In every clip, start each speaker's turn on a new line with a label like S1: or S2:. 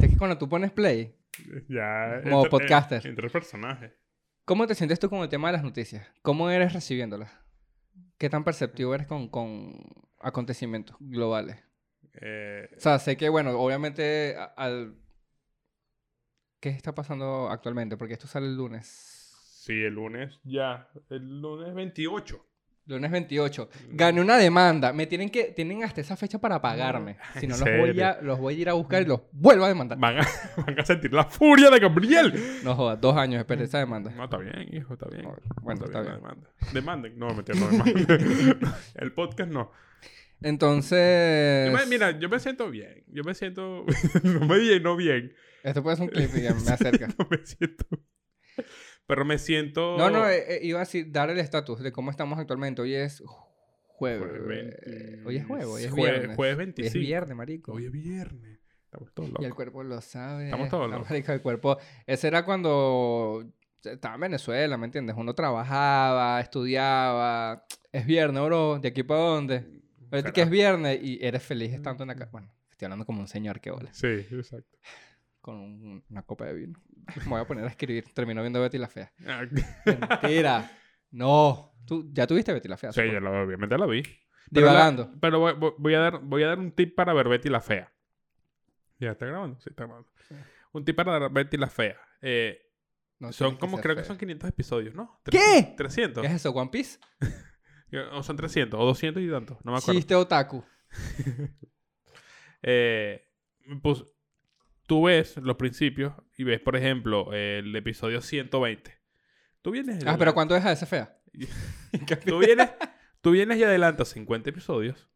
S1: micrófono, tú pones play.
S2: Ya.
S1: Como
S2: entre-
S1: podcaster.
S2: eh, entre personajes.
S1: ¿Cómo te sientes tú con el tema de las noticias? ¿Cómo eres recibiéndolas? ¿Qué tan perceptivo eres con, con acontecimientos globales?
S2: Eh,
S1: O sea, sé que, bueno, obviamente a- al... ¿Qué está pasando actualmente? Porque esto sale el lunes.
S2: sí, el lunes ya. El lunes 28.
S1: Lunes 28. Gané una demanda. Me tienen que... Tienen hasta esa fecha para pagarme. Si no, los voy,
S2: serio?
S1: a, los voy a ir a buscar y los vuelvo a demandar.
S2: Van a, van a sentir la furia de Gabriel.
S1: No jodas, dos años esperé esa demanda.
S2: No, está bien, hijo, está bien.
S1: No, bueno, está bien.
S2: no demanda. Demanden. No, mentira, no demanden. el podcast no. Yo
S1: Entonces...
S2: me- mira, yo me siento bien. Yo me siento. no me bien, no bien.
S1: Esto puede ser un clip, ya me acerca.
S2: No me siento. Pero me siento.
S1: No, no, eh, eh, iba a decir, dar el estatus de cómo estamos actualmente. Hoy es jueves.
S2: Jueves
S1: eh, Hoy es jueves, hoy es
S2: jue-
S1: viernes.
S2: jueves
S1: Hoy es
S2: 25.
S1: viernes, marico.
S2: Hoy es viernes. Estamos todos
S1: y el
S2: locos.
S1: cuerpo lo sabe.
S2: Estamos todos
S1: La
S2: locos.
S1: marica del cuerpo. Ese era cuando estaba en Venezuela, ¿me entiendes? Uno trabajaba, estudiaba. Es viernes, bro. ¿De aquí para dónde? Ahorita que es viernes y eres feliz estando en la
S2: Mm.
S1: casa. Bueno, estoy hablando como un señor que bola.
S2: Sí, exacto.
S1: Con un- una copa de vino. Me voy a poner a escribir. Termino viendo Betty la Fea.
S2: Ah,
S1: Mentira. No. ¿Tú ya tuviste Betty la Fea?
S2: sí,
S1: supongo?
S2: ya lo- obviamente la vi. Pero la-
S1: Divagando.
S2: Pero voy, voy- voy a dar, voy a dar un tip para ver Betty la Fea. ¿Ya está grabando? Sí, está grabando. Un tip para ver Betty la Fea. Eh,
S1: No
S2: son
S1: tienes
S2: como,
S1: ser
S2: creo que
S1: feo.
S2: son 500 episodios, ¿no?
S1: ¿Qué?
S2: 300.
S1: ¿Qué es eso? ¿One Piece?
S2: O son 300, o 200 y tantos. No me acuerdo.
S1: Chiste otaku.
S2: Eh, pues tú ves los principios y ves, por ejemplo, el episodio 120. Tú vienes. y
S1: Ah, pero
S2: adelantas-
S1: ¿cuánto deja de ser fea?
S2: tú vienes, tú vienes y adelantas 50 episodios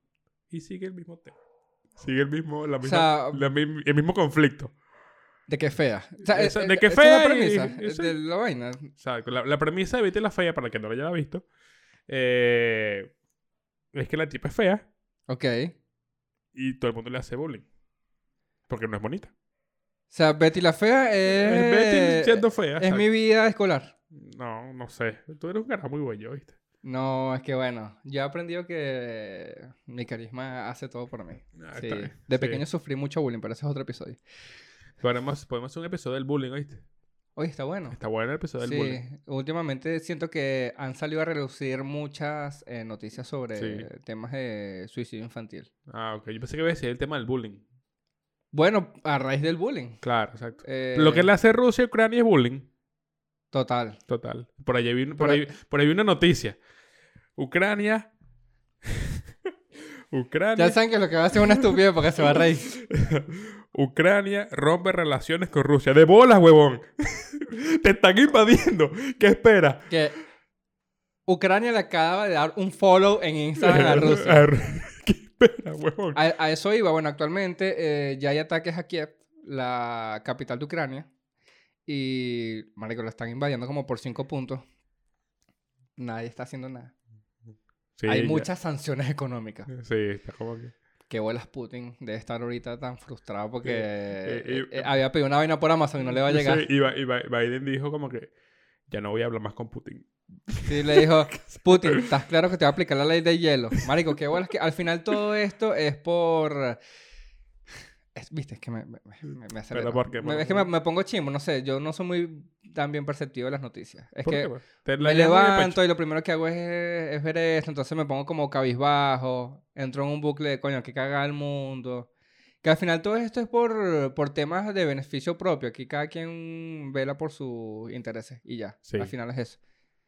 S2: y sigue el mismo tema. Sigue el mismo, la misma-
S1: sea,
S2: la mi- el mismo conflicto.
S1: ¿De qué fea? O sea,
S2: Eso,
S1: eh,
S2: ¿de
S1: eh,
S2: qué
S1: es
S2: fea?
S1: una premisa
S2: Y- y-
S1: eh,
S2: sí.
S1: de la vaina.
S2: Exacto. La, la premisa de Vete la Fea, para el que no lo haya visto, eh, es que la tipa es fea
S1: Ok. O
S2: y todo el mundo le hace bullying. Porque no es bonita.
S1: sea, Betty la fea es...
S2: es Eh, Betty siendo fea.
S1: es
S2: exacto.
S1: mi vida escolar.
S2: No, no sé. Tú eres un carajo muy bello, ¿viste?
S1: No, es que bueno, yo he aprendido que mi carisma hace todo por mí.
S2: Ah,
S1: Sí.
S2: está bien.
S1: De
S2: Sí.
S1: pequeño sufrí mucho bullying, pero ese es otro episodio.
S2: Podemos, podemos hacer un episodio del bullying, ¿oíste?
S1: Oye, está bueno.
S2: Está bueno el episodio del
S1: Sí,
S2: bullying.
S1: últimamente siento que han salido a relucir muchas eh, noticias sobre
S2: Sí.
S1: temas de suicidio infantil.
S2: Ah, ok. Yo pensé que iba a decir el tema del bullying.
S1: Bueno, a raíz del bullying.
S2: Claro, exacto.
S1: Eh,
S2: Lo que le hace Rusia a Ucrania es bullying.
S1: Total.
S2: Total. Por ahí vi, por
S1: Pero-
S2: ahí, por ahí vi una noticia. Ucrania. Ucrania.
S1: Ya saben que lo que va a hacer es una estupidez porque se va a reír.
S2: Ucrania rompe relaciones con Rusia. De bolas, huevón. Te están invadiendo. ¿Qué esperas?
S1: Que Ucrania le acaba de dar un follow en Instagram a Rusia.
S2: A Ru- ¿Qué esperas, huevón?
S1: A, a eso iba. Bueno, actualmente eh, ya hay ataques a Kiev, la capital de Ucrania. Y, marico, lo están invadiendo como por cinco puntos. Nadie está haciendo nada.
S2: Sí,
S1: hay
S2: ya-
S1: muchas sanciones económicas.
S2: Sí, está como que.
S1: Qué bolas Putin debe estar ahorita tan frustrado porque
S2: eh, eh,
S1: eh, había pedido una vaina por Amazon y no le va a
S2: Sí,
S1: llegar.
S2: y, Ba- y Ba- Biden dijo como que ya no voy a hablar más con Putin.
S1: Sí, le dijo, Putin, estás claro que te va a aplicar la ley de hielo. Marico, qué bolas que al final todo esto es por... es- Viste, es que me, me, me- me hace
S2: Pero
S1: ver-
S2: ¿por qué?
S1: me- Es que me, me pongo chimbo, no sé, yo no soy muy tan bien perceptivo de las noticias. Es
S2: ¿Por qué,
S1: que
S2: pues? Te la
S1: me
S2: llevas muy de pecho.
S1: levanto y lo primero que hago es, es ver esto, entonces me pongo como cabizbajo, entro en un bucle de coño, que caga el mundo. Que al final todo esto es por, por temas de beneficio propio, aquí cada quien vela por sus intereses y ya,
S2: Sí.
S1: al final es eso.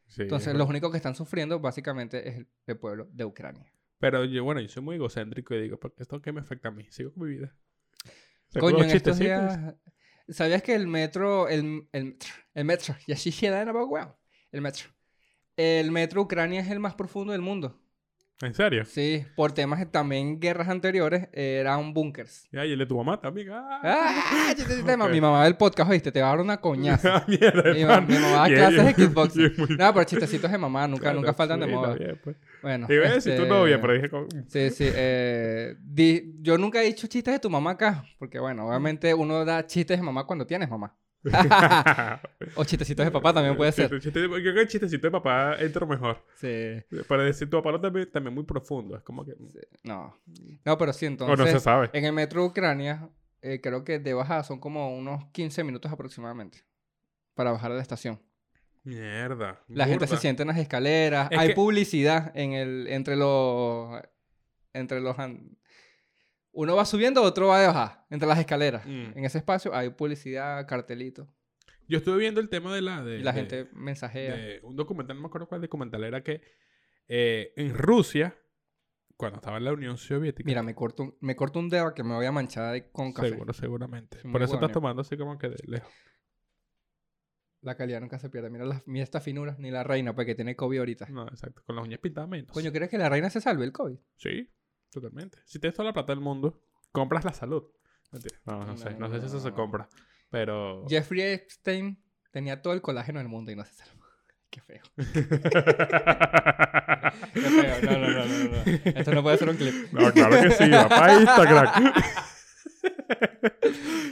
S2: Sí,
S1: Entonces,
S2: es
S1: los
S2: verdad.
S1: únicos que están sufriendo básicamente es el, el pueblo de Ucrania.
S2: Pero yo, bueno, yo soy muy egocéntrico y digo, ¿por qué esto qué me afecta a mí? Sigo con mi vida. Saco
S1: Coño,
S2: unos
S1: en estos
S2: chistecitos.
S1: días... ¿Sabías que el metro... El, el, el metro... Y así se da en abajo, weón. El metro. El metro Ucrania es el más profundo del mundo.
S2: ¿En serio?
S1: Sí, por temas de también guerras anteriores, eran bunkers.
S2: Ya, y el de tu mamá también. ¡Ah!
S1: ¡Ah! Yo te- te-
S2: Ok.
S1: Mi mamá del podcast, oíste, te va a dar una coñaza.
S2: Ah, mierda,
S1: Mi ma-
S2: pan.
S1: mi mamá da
S2: Y-
S1: clases de
S2: y-
S1: kickboxing.
S2: y- muy-
S1: No, pero chistecitos de mamá nunca,
S2: Claro,
S1: nunca faltan de
S2: sí,
S1: moda.
S2: está bien, pues.
S1: Bueno.
S2: Te iba a decir tu novia,
S1: este,
S2: pero dije, como,
S1: Sí, sí. eh, di- yo nunca he dicho chistes de tu mamá acá, porque bueno, obviamente uno da chistes de mamá cuando tienes mamá. o chistecitos de papá también puede ser.
S2: Chiste- chiste de- Yo creo que el chistecito de papá entra mejor.
S1: Sí,
S2: Para decir tu papá también, también muy profundo. Es como que.
S1: no. No, pero sí,
S2: o no se
S1: entonces, eh,
S2: sabe.
S1: en el metro de Ucrania eh, creo que de bajada son como unos 15 minutos aproximadamente para bajar a la estación.
S2: Mierda.
S1: La gente se
S2: burda.
S1: sienta en las escaleras.
S2: Es
S1: Hay
S2: que-
S1: publicidad en el, entre los. Entre los. an- Uno va subiendo, otro va de bajar. Entre las escaleras.
S2: Mm.
S1: En ese espacio hay publicidad, cartelito.
S2: Yo estuve viendo el tema de la... De,
S1: y la
S2: de-
S1: gente mensajea.
S2: de un documental, no me acuerdo cuál documental era que eh, en Rusia, cuando estaba en la Unión Soviética,
S1: Mira, me corto, un, me corto un dedo que me voy a manchar de- con café.
S2: seguro, seguramente.
S1: Sí, muy
S2: Por eso estás
S1: bueno.
S2: tomando así como que de lejos.
S1: La calidad nunca se pierde. Mira, las, mira estas finuras, ni la reina, porque tiene COVID ahorita.
S2: No, exacto. Con las uñas pintadas menos.
S1: Coño, ¿crees que la reina se salve el COVID?
S2: Sí, totalmente. Si tienes toda la plata del mundo, compras la salud. Mentira. No, no,
S1: No,
S2: sé.
S1: no,
S2: No sé si eso
S1: no,
S2: se
S1: no.
S2: compra. Pero...
S1: Jeffrey Epstein tenía todo el colágeno del mundo y no se salvó. Qué feo. Qué feo. No, no, no, no, no. Esto no puede ser un clip.
S2: No, claro que sí. Va para Instagram.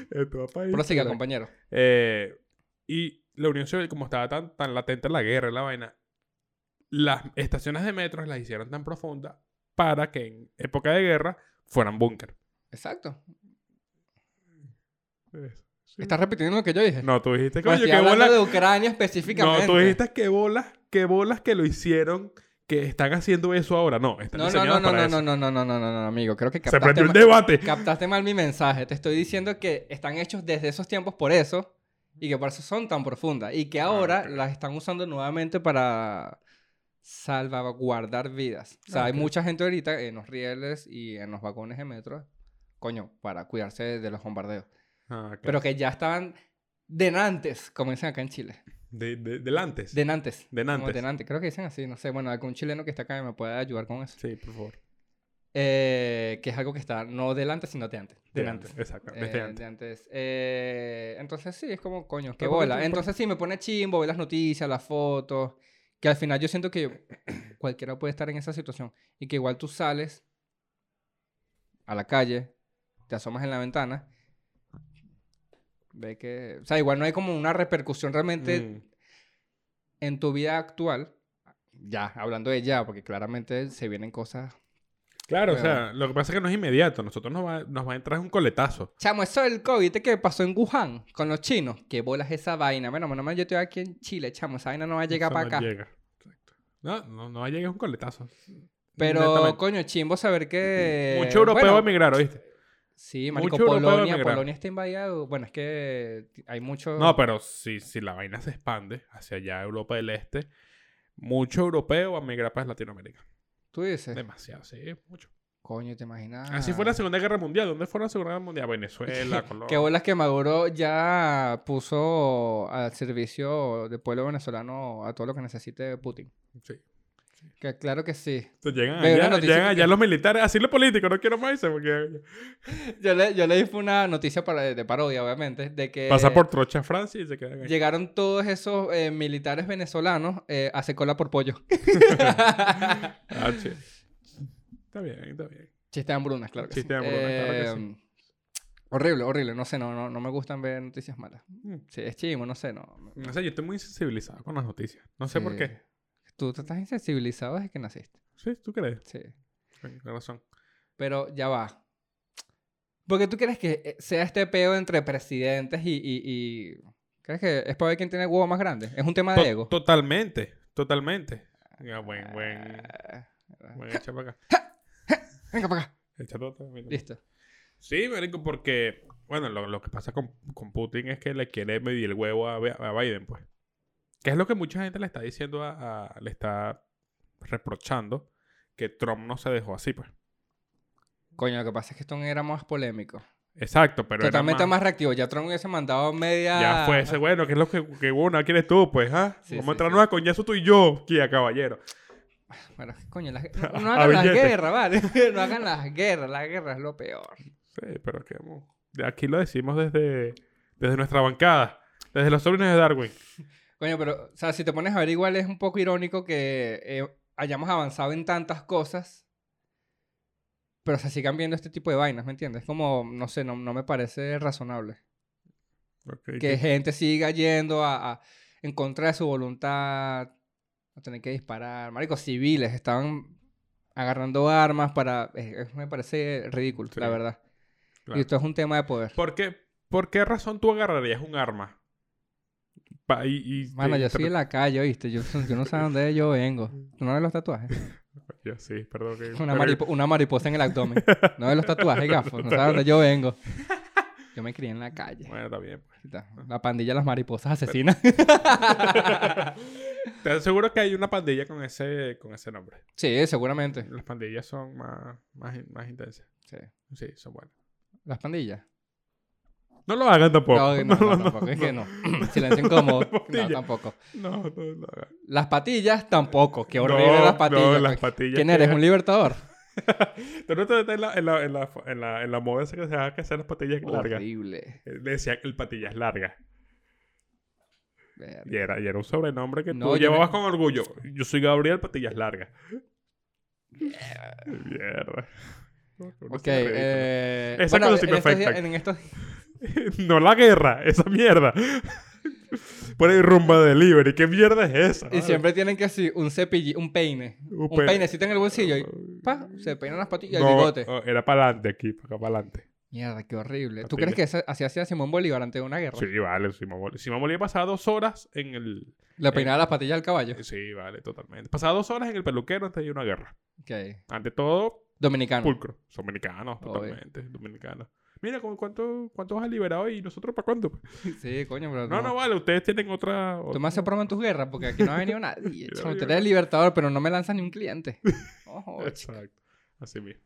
S2: Esto va para
S1: Prosiga,
S2: Instagram.
S1: compañero.
S2: Eh, y la Unión Soviética, como estaba tan, tan latente la guerra y la vaina, las estaciones de metros las hicieron tan profundas para que en época de guerra fueran búnker.
S1: Exacto.
S2: Sí.
S1: ¿Estás repitiendo lo que yo dije?
S2: No, tú dijiste,
S1: Pues
S2: coño,
S1: estoy
S2: qué
S1: hablando
S2: bolas.
S1: de Ucrania específicamente.
S2: No, tú dijiste, qué bolas, qué bolas que lo hicieron, que están haciendo eso ahora. No, están
S1: No, no,
S2: diseñadas
S1: no, no,
S2: para
S1: no,
S2: eso.
S1: no, no, no, no, no, no, no, amigo. Creo que
S2: Se
S1: captaste
S2: prendió un
S1: mal,
S2: debate.
S1: captaste mal mi mensaje. Te estoy diciendo que están hechos desde esos tiempos por eso y que por eso son tan profundas y que ahora
S2: Ah, ok.
S1: las están usando nuevamente para salvaguardar vidas. O sea,
S2: Ah,
S1: hay
S2: ok.
S1: mucha gente ahorita en los rieles y en los vagones de metro, coño, para cuidarse de los bombardeos.
S2: Ah, claro.
S1: Pero que ya estaban denantes, como dicen acá en Chile.
S2: de, de- del antes.
S1: Denantes.
S2: Del
S1: Como
S2: antes.
S1: tenante, creo que dicen así, no sé. Bueno, algún chileno que está acá me puede ayudar con eso.
S2: Sí, por favor.
S1: Eh, que es algo que está no delante, sino de antes.
S2: Del
S1: Delante.
S2: antes, Exacto.
S1: Eh,
S2: desde
S1: de
S2: antes.
S1: antes. Eh, entonces sí, es como, coño, qué
S2: Pero porque tú-
S1: bola.
S2: por-
S1: Entonces sí, me pone chimbo, ve las noticias, las fotos, que al final yo siento que cualquiera puede estar en esa situación y que igual tú sales a la calle, te asomas en la ventana, ve que, o sea, igual no hay como una repercusión realmente
S2: Mm.
S1: en tu vida actual, ya, hablando de ya, porque claramente se vienen cosas.
S2: Claro, o
S1: Pero-
S2: sea, lo que pasa es que no es inmediato. Nosotros nos va, nos va a entrar un coletazo.
S1: Chamo, eso del COVID que pasó en Wuhan con los chinos. ¿Qué bolas esa vaina? Bueno, menos mal yo estoy aquí en Chile, chamo. Esa vaina no va a llegar
S2: Eso
S1: para
S2: no
S1: acá.
S2: llega. Exacto. No, no, no va a llegar un coletazo.
S1: Pero,
S2: Netamente.
S1: coño, chimbo saber que...
S2: Mucho europeo va a
S1: bueno,
S2: emigrar, ¿oíste?
S1: Sí, marico,
S2: mucho europeo va a
S1: Polonia,
S2: emigrar.
S1: Polonia está invadida. Bueno, es que hay mucho...
S2: No, pero si, si la vaina se expande hacia allá, Europa del Este, mucho europeo va a migrar para Latinoamérica.
S1: Tú dices,
S2: Demasiado, sí, mucho.
S1: coño, ¿te imaginas?
S2: Así fue la Segunda Guerra Mundial. ¿Dónde fue la Segunda Guerra Mundial? Venezuela, Colombia.
S1: Qué bolas que Maduro ya puso al servicio del pueblo venezolano a todo lo que necesite Putin.
S2: Sí.
S1: Que claro que sí.
S2: Entonces llegan
S1: Veo una
S2: allá,
S1: noticia
S2: llegan
S1: que-
S2: allá los militares. Así los políticos, no quiero más irse porque...
S1: Yo le, yo leí fue una noticia para, de parodia, obviamente, de que
S2: Pasa por trocha a Francia y se quedan ahí.
S1: llegaron todos esos eh, militares venezolanos eh, a hacer cola por pollo.
S2: Ah, sí. Está bien, está bien.
S1: Chiste de hambrunas, claro que
S2: Chiste
S1: sí. Em,
S2: de hambrunas, claro que
S1: Horrible, horrible. No sé, no, no, no me gustan ver noticias malas.
S2: Mm.
S1: Sí, es chimo, no sé, no.
S2: No sé, yo estoy muy insensibilizado con las noticias. No sé por
S1: Sí.
S2: qué.
S1: Tú te estás insensibilizado desde que naciste.
S2: Sí, tú crees.
S1: Sí.
S2: Con razón.
S1: Pero ya va. Porque tú crees que eh, sea este peo entre presidentes y... y- y- ¿Crees que es para ver quién tiene el huevo más grande? Es un tema de
S2: To-
S1: ego.
S2: Totalmente, totalmente. Ya, buen, buen,
S1: Ah,
S2: buen, echa para acá.
S1: Venga para acá.
S2: Echa todo, todo, mira.
S1: Listo.
S2: Sí, marico, porque, bueno, lo, lo que pasa con, con Putin es que le quiere medir el huevo a, Bi- a Biden, pues. Que es lo que mucha gente le está diciendo, a, a- le está reprochando que Trump no se dejó así, pues.
S1: Coño, lo que pasa es que esto era más polémico.
S2: Exacto, pero era
S1: Totalmente más... reactivo. Ya Trump hubiese mandado media.
S2: Ya fue ese, bueno, que es lo que, que bueno quieres tú, pues, ¿ah?
S1: Sí,
S2: Vamos
S1: sí,
S2: a entrarnos
S1: sí.
S2: a coñazo tú y yo, Kia, caballero.
S1: Bueno, ¿qué coño, las- no, no hagan las
S2: billete.
S1: guerras, ¿vale? no hagan las guerras. La guerra es lo peor.
S2: Sí, pero que vamos- de aquí lo decimos desde, desde nuestra bancada, desde los sobrinos de Darwin.
S1: Coño, pero, o sea, si te pones a ver, igual es un poco irónico que eh, hayamos avanzado en tantas cosas, pero se sigan viendo este tipo de vainas, ¿me entiendes? Como, no sé, no, no me parece razonable.
S2: Ok,
S1: Que
S2: que-
S1: gente siga yendo a, a- en contra de su voluntad, a tener que disparar. Marico, civiles estaban agarrando armas para... eh, eh, me parece ridículo,
S2: Sí.
S1: la verdad.
S2: Claro.
S1: Y esto es un tema de poder.
S2: ¿Por qué, por qué razón tú agarrarías un arma? Pa- y, y-
S1: Mano,
S2: y-
S1: yo soy
S2: tra-
S1: en la calle, ¿viste? Yo, yo no sé dónde yo vengo. ¿Tú no ves los tatuajes?
S2: Yo sí, perdón. que-
S1: Una,
S2: pero-
S1: maripo- una mariposa en el abdomen. No ves los tatuajes, gafo. No sabes dónde yo vengo. Yo me crié en la calle.
S2: Bueno, está bien. pues.
S1: La- La pandilla de las mariposas asesinas.
S2: pues. Te aseguro que hay una pandilla con ese, con ese nombre.
S1: sí, seguramente.
S2: Las pandillas son más, más, in- más intensas.
S1: Sí.
S2: Sí, son buenas.
S1: Las pandillas.
S2: No lo hagan tampoco.
S1: No, no, no, tampoco. es que no. Silencio incómodo. No,
S2: Pandilla.
S1: tampoco.
S2: No, no lo hagan.
S1: Las patillas, tampoco. Qué horrible
S2: No,
S1: las patillas.
S2: No,
S1: pues.
S2: las patillas.
S1: ¿Quién
S2: que-
S1: eres? ¿Un libertador?
S2: ¿Tú no te metes en la, en la, en la, en la, en la moda esa que se haga que hacer las patillas
S1: Oh,
S2: largas?
S1: Horrible.
S2: Él Decía que el patillas larga.
S1: Verga.
S2: Y era, y era un sobrenombre que
S1: No,
S2: tú
S1: yo
S2: llevabas
S1: me-
S2: con orgullo. Yo soy Gabriel Patillas Largas. Mierda. Uno
S1: Eh. Ok,
S2: se ríe, pero-
S1: eh,
S2: Esa cosa sí
S1: en
S2: me
S1: estos
S2: afecta.
S1: días- En estos eh.
S2: No la guerra, esa mierda. Por ahí rumba delivery. ¿Qué mierda es esa?
S1: Y
S2: vale?
S1: siempre tienen que así, un cepillo, un peine. Un,
S2: pe-
S1: peinecito en el bolsillo y pa, se peinan las patillas y
S2: No,
S1: el bigote.
S2: oh, era para adelante aquí, para acá para adelante.
S1: Mierda, qué horrible. ¿Tú
S2: Patilla.
S1: crees que esa- así hacía Simón Bolívar antes de una guerra?
S2: Sí, vale. Simón Bolívar. Simón Bolívar pasaba dos horas en el.
S1: Le
S2: Eh.
S1: peinaba las patillas al caballo.
S2: Sí, vale, totalmente. Pasaba dos horas en el peluquero antes de ir a una guerra.
S1: Ok.
S2: Ante todo,
S1: Dominicano.
S2: Pulcro. Son dominicanos,
S1: Obvio.
S2: totalmente. Dominicanos. Mira, ¿cu- ¿cuánto, ¿cuánto has liberado y nosotros para cuándo?
S1: Sí, coño, pero
S2: No, no, vale, ustedes tienen otra.
S1: Pues Tú
S2: otra-
S1: me haces broma en tus guerras porque aquí no ha venido nadie.
S2: Mira,
S1: Chamo, tú
S2: mira.
S1: eres el libertador, pero no me lanzas ni un cliente. Ojo, chico.
S2: Exacto. Así mismo.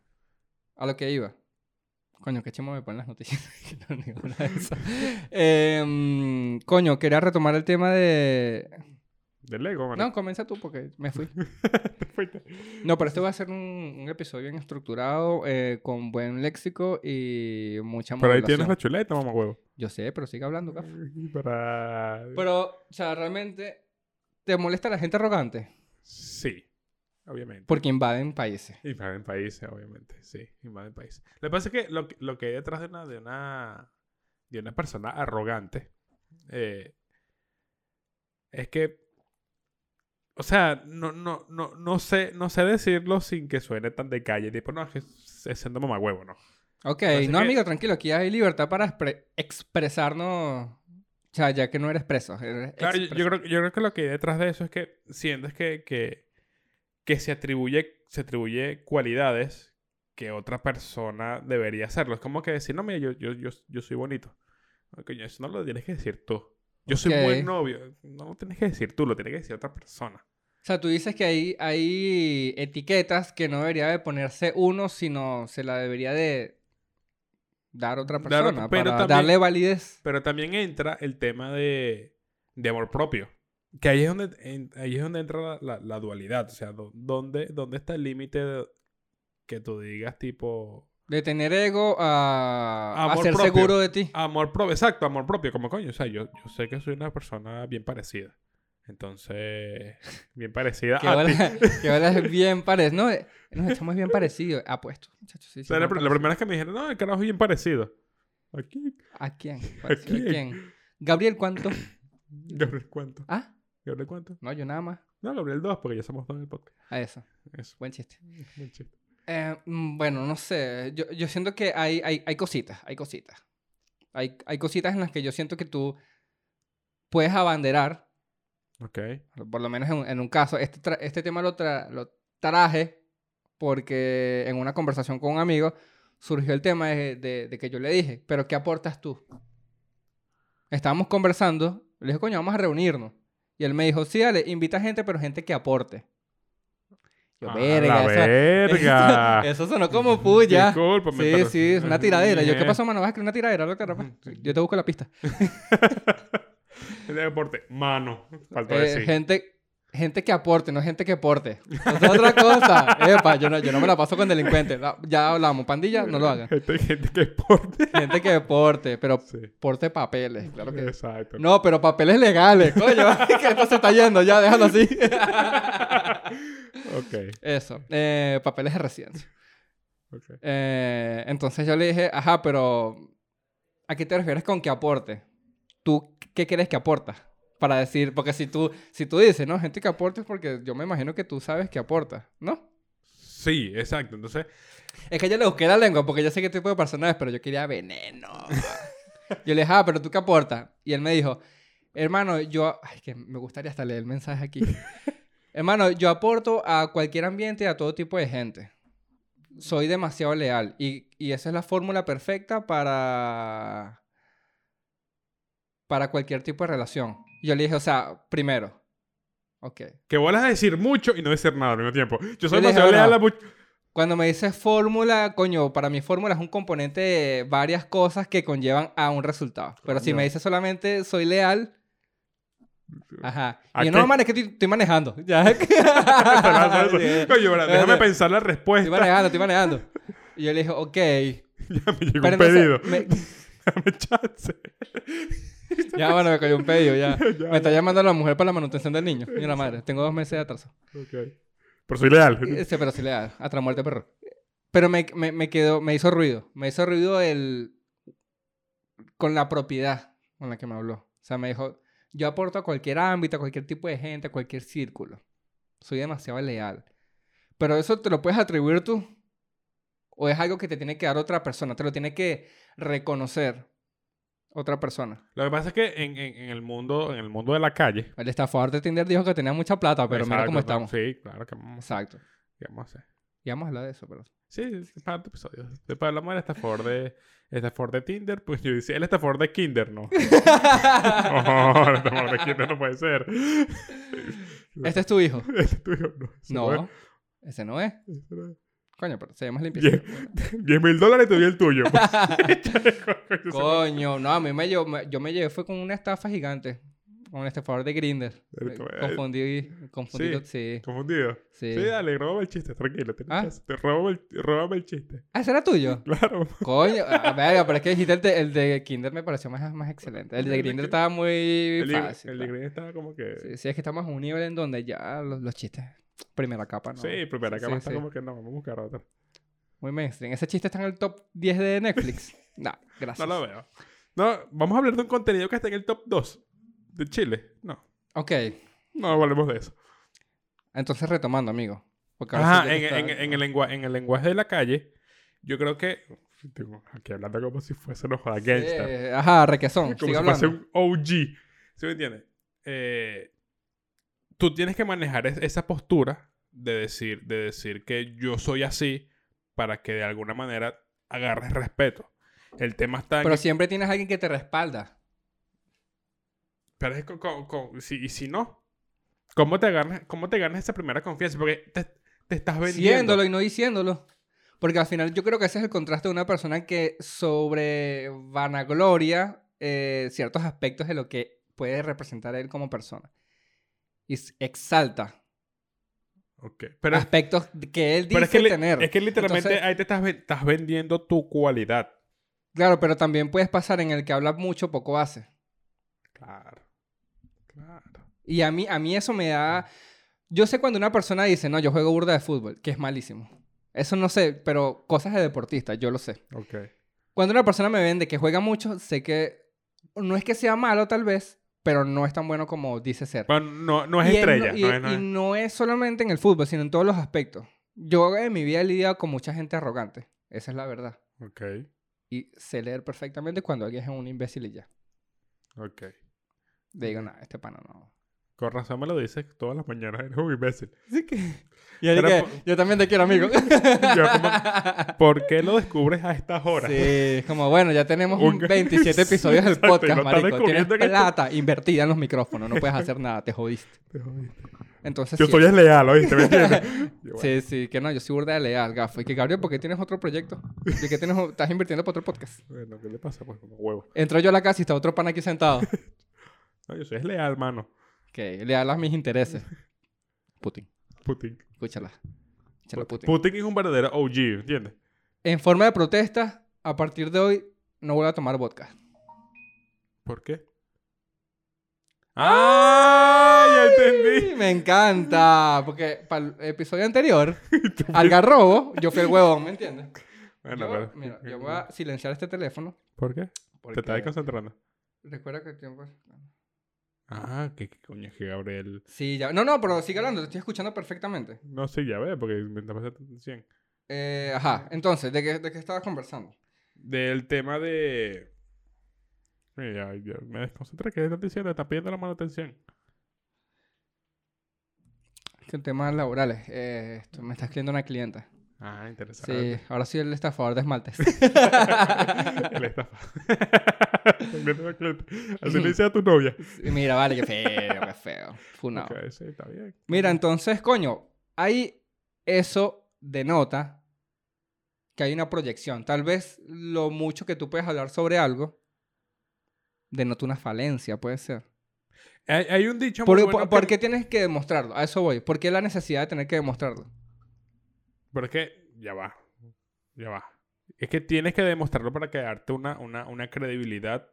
S1: a lo que iba. Coño, qué chimo me ponen las noticias. Que no, ninguna de esas. Em, coño, quería retomar el tema de...
S2: De Lego, man.
S1: No, comienza tú porque me fui.
S2: Te fuiste.
S1: No, pero este va a ser un, un episodio bien estructurado, eh, con buen léxico y mucha
S2: Pero ahí
S1: modulación.
S2: tienes la chuleta, mamá huevo.
S1: Yo sé, pero sigue hablando, gafo.
S2: Para.
S1: Pero, o sea, realmente, ¿te molesta la gente arrogante?
S2: Sí, obviamente.
S1: Porque invaden países.
S2: Invaden países, obviamente. Sí, invaden países. Lo que pasa es que lo, que- lo que hay detrás de una, de una, de una persona arrogante eh, es que. O sea, no, no, no, no sé, no sé decirlo sin que suene tan de calle. Tipo, no, es que es siendo mamagüevo, ¿no?
S1: Ok,
S2: Parece
S1: no,
S2: que-
S1: amigo, tranquilo, aquí hay libertad para expre- expresarnos. O sea, ya que no eres preso. eres
S2: Claro, yo,
S1: expreso.
S2: yo creo, yo creo que lo que hay detrás de eso es que sientes que, que, que se, atribuye, se atribuye cualidades que otra persona debería hacerlo. Es como que decir, no, mira, yo, yo, yo, yo soy bonito. No, coño, eso no lo tienes que decir tú. Yo soy
S1: Ok.
S2: buen novio. No lo tienes que decir tú, lo tiene que decir otra persona.
S1: O sea, tú dices que hay, hay etiquetas que no debería de ponerse uno, sino se la debería de dar otra
S2: Dar
S1: persona
S2: otra- pero
S1: para
S2: también-
S1: darle validez.
S2: Pero también entra el tema de, de amor propio. Que ahí es donde, en- ahí es donde entra la, la- la dualidad. O sea, do- ¿dónde, dónde está el límite de- que tú digas tipo...
S1: De tener ego a, a
S2: Amor
S1: ser
S2: propio.
S1: seguro de ti.
S2: Amor propio, exacto, amor propio, como coño. O sea, yo, yo sé que soy una persona bien parecida. Entonces, bien parecida
S1: Que
S2: a
S1: ahora,
S2: ti.
S1: que ahora es bien parecido. No, eh, nos echamos bien parecidos. Apuesto, muchachos. Sí,
S2: O
S1: sí,
S2: sea, la,
S1: bien
S2: pr- la primera vez que me dijeron, no, el carajo es bien parecido. Aquí,
S1: parecido. ¿A quién? Parecido, ¿A
S2: quién?
S1: quién? Gabriel, ¿cuánto?
S2: Gabriel, ¿cuánto?
S1: Ah,
S2: Gabriel, ¿cuánto?
S1: no, yo nada más.
S2: No, Gabriel, dos, porque ya somos dos en el podcast.
S1: A eso.
S2: Eso,
S1: Buen chiste.
S2: buen chiste.
S1: Eh, mm, bueno, no sé. Yo, yo siento que hay, hay, hay cositas, hay cositas. Hay, hay cositas en las que yo siento que tú puedes abanderar,
S2: Ok.
S1: por lo menos en, un- en un caso. Este, tra- este tema lo, tra- lo traje porque en una conversación con un amigo surgió el tema de, de- de que yo le dije, pero ¿qué aportas tú? Estábamos conversando, le dije, coño, vamos a reunirnos. Y él me dijo, sí, dale, invita gente, pero gente que aporte. Yo,
S2: A
S1: verga,
S2: Ah, la
S1: eso-
S2: verga.
S1: eso sonó como puya.
S2: Ah. Discúlpame,
S1: Sí,
S2: pero-
S1: sí, es una tiradera. Yo, ¿qué
S2: Eh,
S1: pasó, mano? ¿Vas a escribir una tiradera, loca, rapaz?
S2: Sí.
S1: Yo te busco la pista.
S2: El deporte, mano. Faltó
S1: Eh,
S2: decir.
S1: gente, gente que aporte, no gente que aporte. Esa es otra cosa. Epa, yo no, yo no me la paso con delincuentes. La- Ya hablamos. Pandilla, no lo hagan.
S2: Gente, gente que deporte.
S1: Gente que aporte, pero
S2: Sí.
S1: porte papeles. Claro que
S2: Exacto.
S1: No, pero papeles legales, coño. que esto se está yendo, ya, déjalo así.
S2: Ok,
S1: Eso. Eh, papeles de residencia.
S2: ok.
S1: Eh, entonces yo le dije, ajá, pero ¿a qué te refieres con que aporte? ¿Tú qué crees que aportas? Para decir, porque si tú, si tú dices, no, gente que aporte es porque yo me imagino que tú sabes que aporta, ¿no?
S2: Sí, exacto. Entonces,
S1: Es que yo le busqué la lengua porque yo sé qué tipo de persona es, pero yo quería veneno. yo le dije, ah, pero tú qué aportas. Y él me dijo, hermano, yo. Ay, que me gustaría hasta leer el mensaje aquí. hermano, yo aporto a cualquier ambiente y a todo tipo de gente. Soy demasiado leal. Y, y esa es la fórmula perfecta para. para cualquier tipo de relación. Y Yo le dije, o sea, primero. Ok.
S2: que vuelas a decir mucho y no decir nada al mismo tiempo. Yo soy
S1: Yo dije,
S2: demasiado
S1: bueno,
S2: leal a much-
S1: Cuando me dices fórmula, coño, para mí fórmula es un componente de varias cosas que conllevan a un resultado. Pero si
S2: Coño.
S1: me dices solamente soy leal, ajá.
S2: ¿A
S1: Y yo,
S2: qué?
S1: no, man, es que estoy, estoy manejando. Ya. estoy
S2: pues. Coño, bueno, déjame
S1: Coño.
S2: pensar la respuesta.
S1: manejando, estoy manejando. Y yo le dije, ok.
S2: Ya me llegó
S1: Pero
S2: un
S1: entonces
S2: pedido.
S1: me-
S2: Dame chance.
S1: ya, bueno, me cayó un pedido, ya.
S2: Ya,
S1: Me está llamando la mujer para la manutención del niño. Mira, la madre, tengo dos meses de atraso.
S2: Ok. Pero soy leal.
S1: Sí, Este, pero sí le da. Hasta la muerte, perro. Pero me, me, me quedó, me hizo ruido. Me hizo ruido el. con la propiedad con la que me habló. O sea, me dijo: Yo aporto a cualquier ámbito, a cualquier tipo de gente, a cualquier círculo. Soy demasiado leal. Pero eso te lo puedes atribuir tú. O es algo que te tiene que dar otra persona. Te lo tiene que reconocer otra persona.
S2: Lo que pasa es que en, en- en el mundo, en el mundo de la calle.
S1: El estafador de Tinder dijo que tenía mucha plata, pero mira
S2: Exacto,
S1: cómo
S2: no,
S1: estamos.
S2: Sí, claro que vamos,
S1: Exacto.
S2: que vamos a hacer.
S1: Y vamos a hablar de eso, pero.
S2: Sí, es para otro episodio. Después hablamos del estafador de, estafador de Tinder. Pues yo decía, el estafador de Kinder, no. No, el estafador de Kinder no puede ser.
S1: Este es tu hijo.
S2: Ese tuyo, no. ese
S1: No, ese no es.
S2: es, ese no es.
S1: Coño, pero se ve más
S2: Diez
S1: limpiecito.
S2: diez mil dólares te dio el tuyo. pues.
S1: Coño, no, a mí me llevó, me- yo me llevé fue con una estafa gigante. Con este favor de Grinder.
S2: Ahorita voy a-
S1: Confundí, confundido, sí.
S2: Confundido.
S1: sí.
S2: Sí, dale, róbame el chiste, tranquilo. tienes
S1: ¿Ah?
S2: chance. Te robo el, róbame el chiste.
S1: Ah, ¿ese era tuyo?
S2: Claro.
S1: Coño, a verga, pero es que dijiste el de, el de Kinder me pareció más, más excelente. El de
S2: El de
S1: Grinder
S2: Grindr.
S1: estaba muy
S2: El, de-
S1: fácil.
S2: el de
S1: claro.
S2: Green estaba como que. Sí,
S1: Sí, sí, es que estamos a un nivel en donde ya los, los chistes, primera
S2: ah,
S1: capa, ¿no?
S2: primera
S1: Sí,
S2: cama
S1: sí,
S2: está
S1: sí.
S2: como que no, vamos a buscar otra.
S1: Muy mainstream. Ese chiste está en el top 10 de Netflix. no,
S2: No
S1: gracias.
S2: lo veo. No, vamos a hablar de un contenido que está en el top 2 de Chile. No,
S1: Ok,
S2: no volvemos de eso.
S1: entonces retomando, amigo. Porque ahora sí
S2: Ajá,
S1: ya
S2: en, e,
S1: tú
S2: en-
S1: estás-
S2: en el lengua- en el lenguaje de la calle, yo creo que. Tengo aquí hablando como si fuese los joda gangster.
S1: Eh, ajá, requesón.
S2: Como
S1: Sigue
S2: si fuese
S1: hablando.
S2: un OG. ¿Sí me entiendes? Eh, tú tienes que manejar es- esa postura de decir, de decir que yo soy así para que de alguna manera agarres respeto. El tema está en
S1: Pero
S2: que-
S1: siempre tienes a alguien que te respalda.
S2: pero es con- con- con- si, y si no, ¿cómo te, ganas, ¿cómo te ganas esa primera confianza? Porque te, te estás vendiendo.
S1: Diciéndolo y no diciéndolo. Porque al final yo creo que ese es el contraste de una persona que sobre vanagloria eh, ciertos aspectos de lo que puede representar él como persona. Y s- exalta
S2: Ok, Pero,
S1: aspectos que él dice
S2: pero es, que, li-
S1: tener.
S2: es que literalmente
S1: Entonces-
S2: ahí te estás, ven- estás vendiendo tu cualidad.
S1: Claro, pero también puedes pasar en el que habla mucho, poco hace.
S2: Claro. Claro.
S1: Y a mí, a mí eso me da... Yo sé cuando una persona dice, no, yo juego burda de fútbol, que es malísimo. Eso no sé, pero cosas de deportista, yo lo sé.
S2: Ok.
S1: Cuando una persona me vende que juega mucho, sé que no es que sea malo tal vez, pero no es tan bueno como dice ser.
S2: Bueno, no, no es
S1: Y
S2: estrella.
S1: y
S2: no
S1: es-
S2: es- no
S1: y
S2: es-
S1: no es solamente en el fútbol, sino en todos los aspectos. Yo en mi vida he lidiado con mucha gente arrogante, esa es la verdad.
S2: Ok,
S1: Y sé leer perfectamente cuando alguien es un imbécil y ya.
S2: ok.
S1: Le digo, no, este pana no.
S2: Con razón me lo dices todas las mañanas, eres un imbécil.
S1: Así que... Y ahí
S2: Pero
S1: que,
S2: po-
S1: yo también te quiero, amigo.
S2: Yo como- ¿Por qué lo descubres a estas horas?
S1: Sí, es como bueno, ya tenemos
S2: Un-
S1: un 27 episodios del
S2: Exacto, y
S1: podcast,
S2: lo
S1: marico.
S2: estás
S1: Tienes
S2: descubriendo en esto.
S1: plata invertida en los micrófonos, no puedes hacer nada, te jodiste.
S2: Te jodiste.
S1: Entonces,
S2: Yo
S1: sí,
S2: soy es leal, ¿oíste? ¿Me entiendes? Yo, bueno,
S1: sí, sí, que no, yo soy burda de leal, gafo. Y que Gabriel, ¿por qué tienes otro proyecto? ¿De qué tienes, o- estás invirtiendo para otro podcast?
S2: bueno, ¿qué le pasa? Pues como huevo.
S1: Entro yo a la casa y está otro pan aquí sentado.
S2: No, yo soy leal, mano.
S1: Que le hablas mis intereses. Putin,
S2: Putin.
S1: escúchala. Escúchala, Putin.
S2: Putin es un verdadero OG, ¿entiendes?
S1: En forma de protesta, a partir de hoy no vuelvo a tomar vodka.
S2: ¿Por qué? ¡Ah! Ya entendí.
S1: Me encanta, porque para el episodio anterior, Algarrobo, yo fui el huevón, ¿me entiendes?
S2: Bueno,
S1: Yo-
S2: pero-
S1: mira, yo voy a silenciar este teléfono.
S2: ¿Por qué? Te
S1: Porque
S2: estás desconcentrando.
S1: recuerda que el tiempo es...
S2: Ah, ¿qué, qué coño es que Gabriel?
S1: Sí, ya. No, no, pero sigue hablando, te estoy escuchando perfectamente.
S2: No sé, ya ve, porque me está prestando atención.
S1: Eh, ajá, entonces, ¿de qué, ¿de qué estabas conversando?
S2: Del tema de. Mira, ya, ya me desconcentré. ¿Qué estás diciendo? Está pidiendo la manutención.
S1: Que temas Este, laborales. Eh, esto- me está escribiendo una clienta.
S2: Ah,
S1: Sí,
S2: interesante.
S1: ahora sí él está a favor de esmaltes.
S2: El estafa. También me da cuenta. Así le dice a tu novia.
S1: Sí, Mira, vale, qué feo, qué feo. Funado.
S2: Ok, sí, está bien.
S1: Mira, entonces, coño, ahí eso denota que hay una proyección. Tal vez lo mucho que tú puedes hablar sobre algo denota una falencia, puede ser.
S2: Hay, hay un dicho
S1: ¿Por,
S2: muy
S1: por-
S2: bueno
S1: por
S2: que-
S1: qué tienes que demostrarlo? A eso voy. ¿Por qué la necesidad de tener que demostrarlo?
S2: Pero es que, ya va, ya va. Es que tienes que demostrarlo para quedarte una, una, una credibilidad.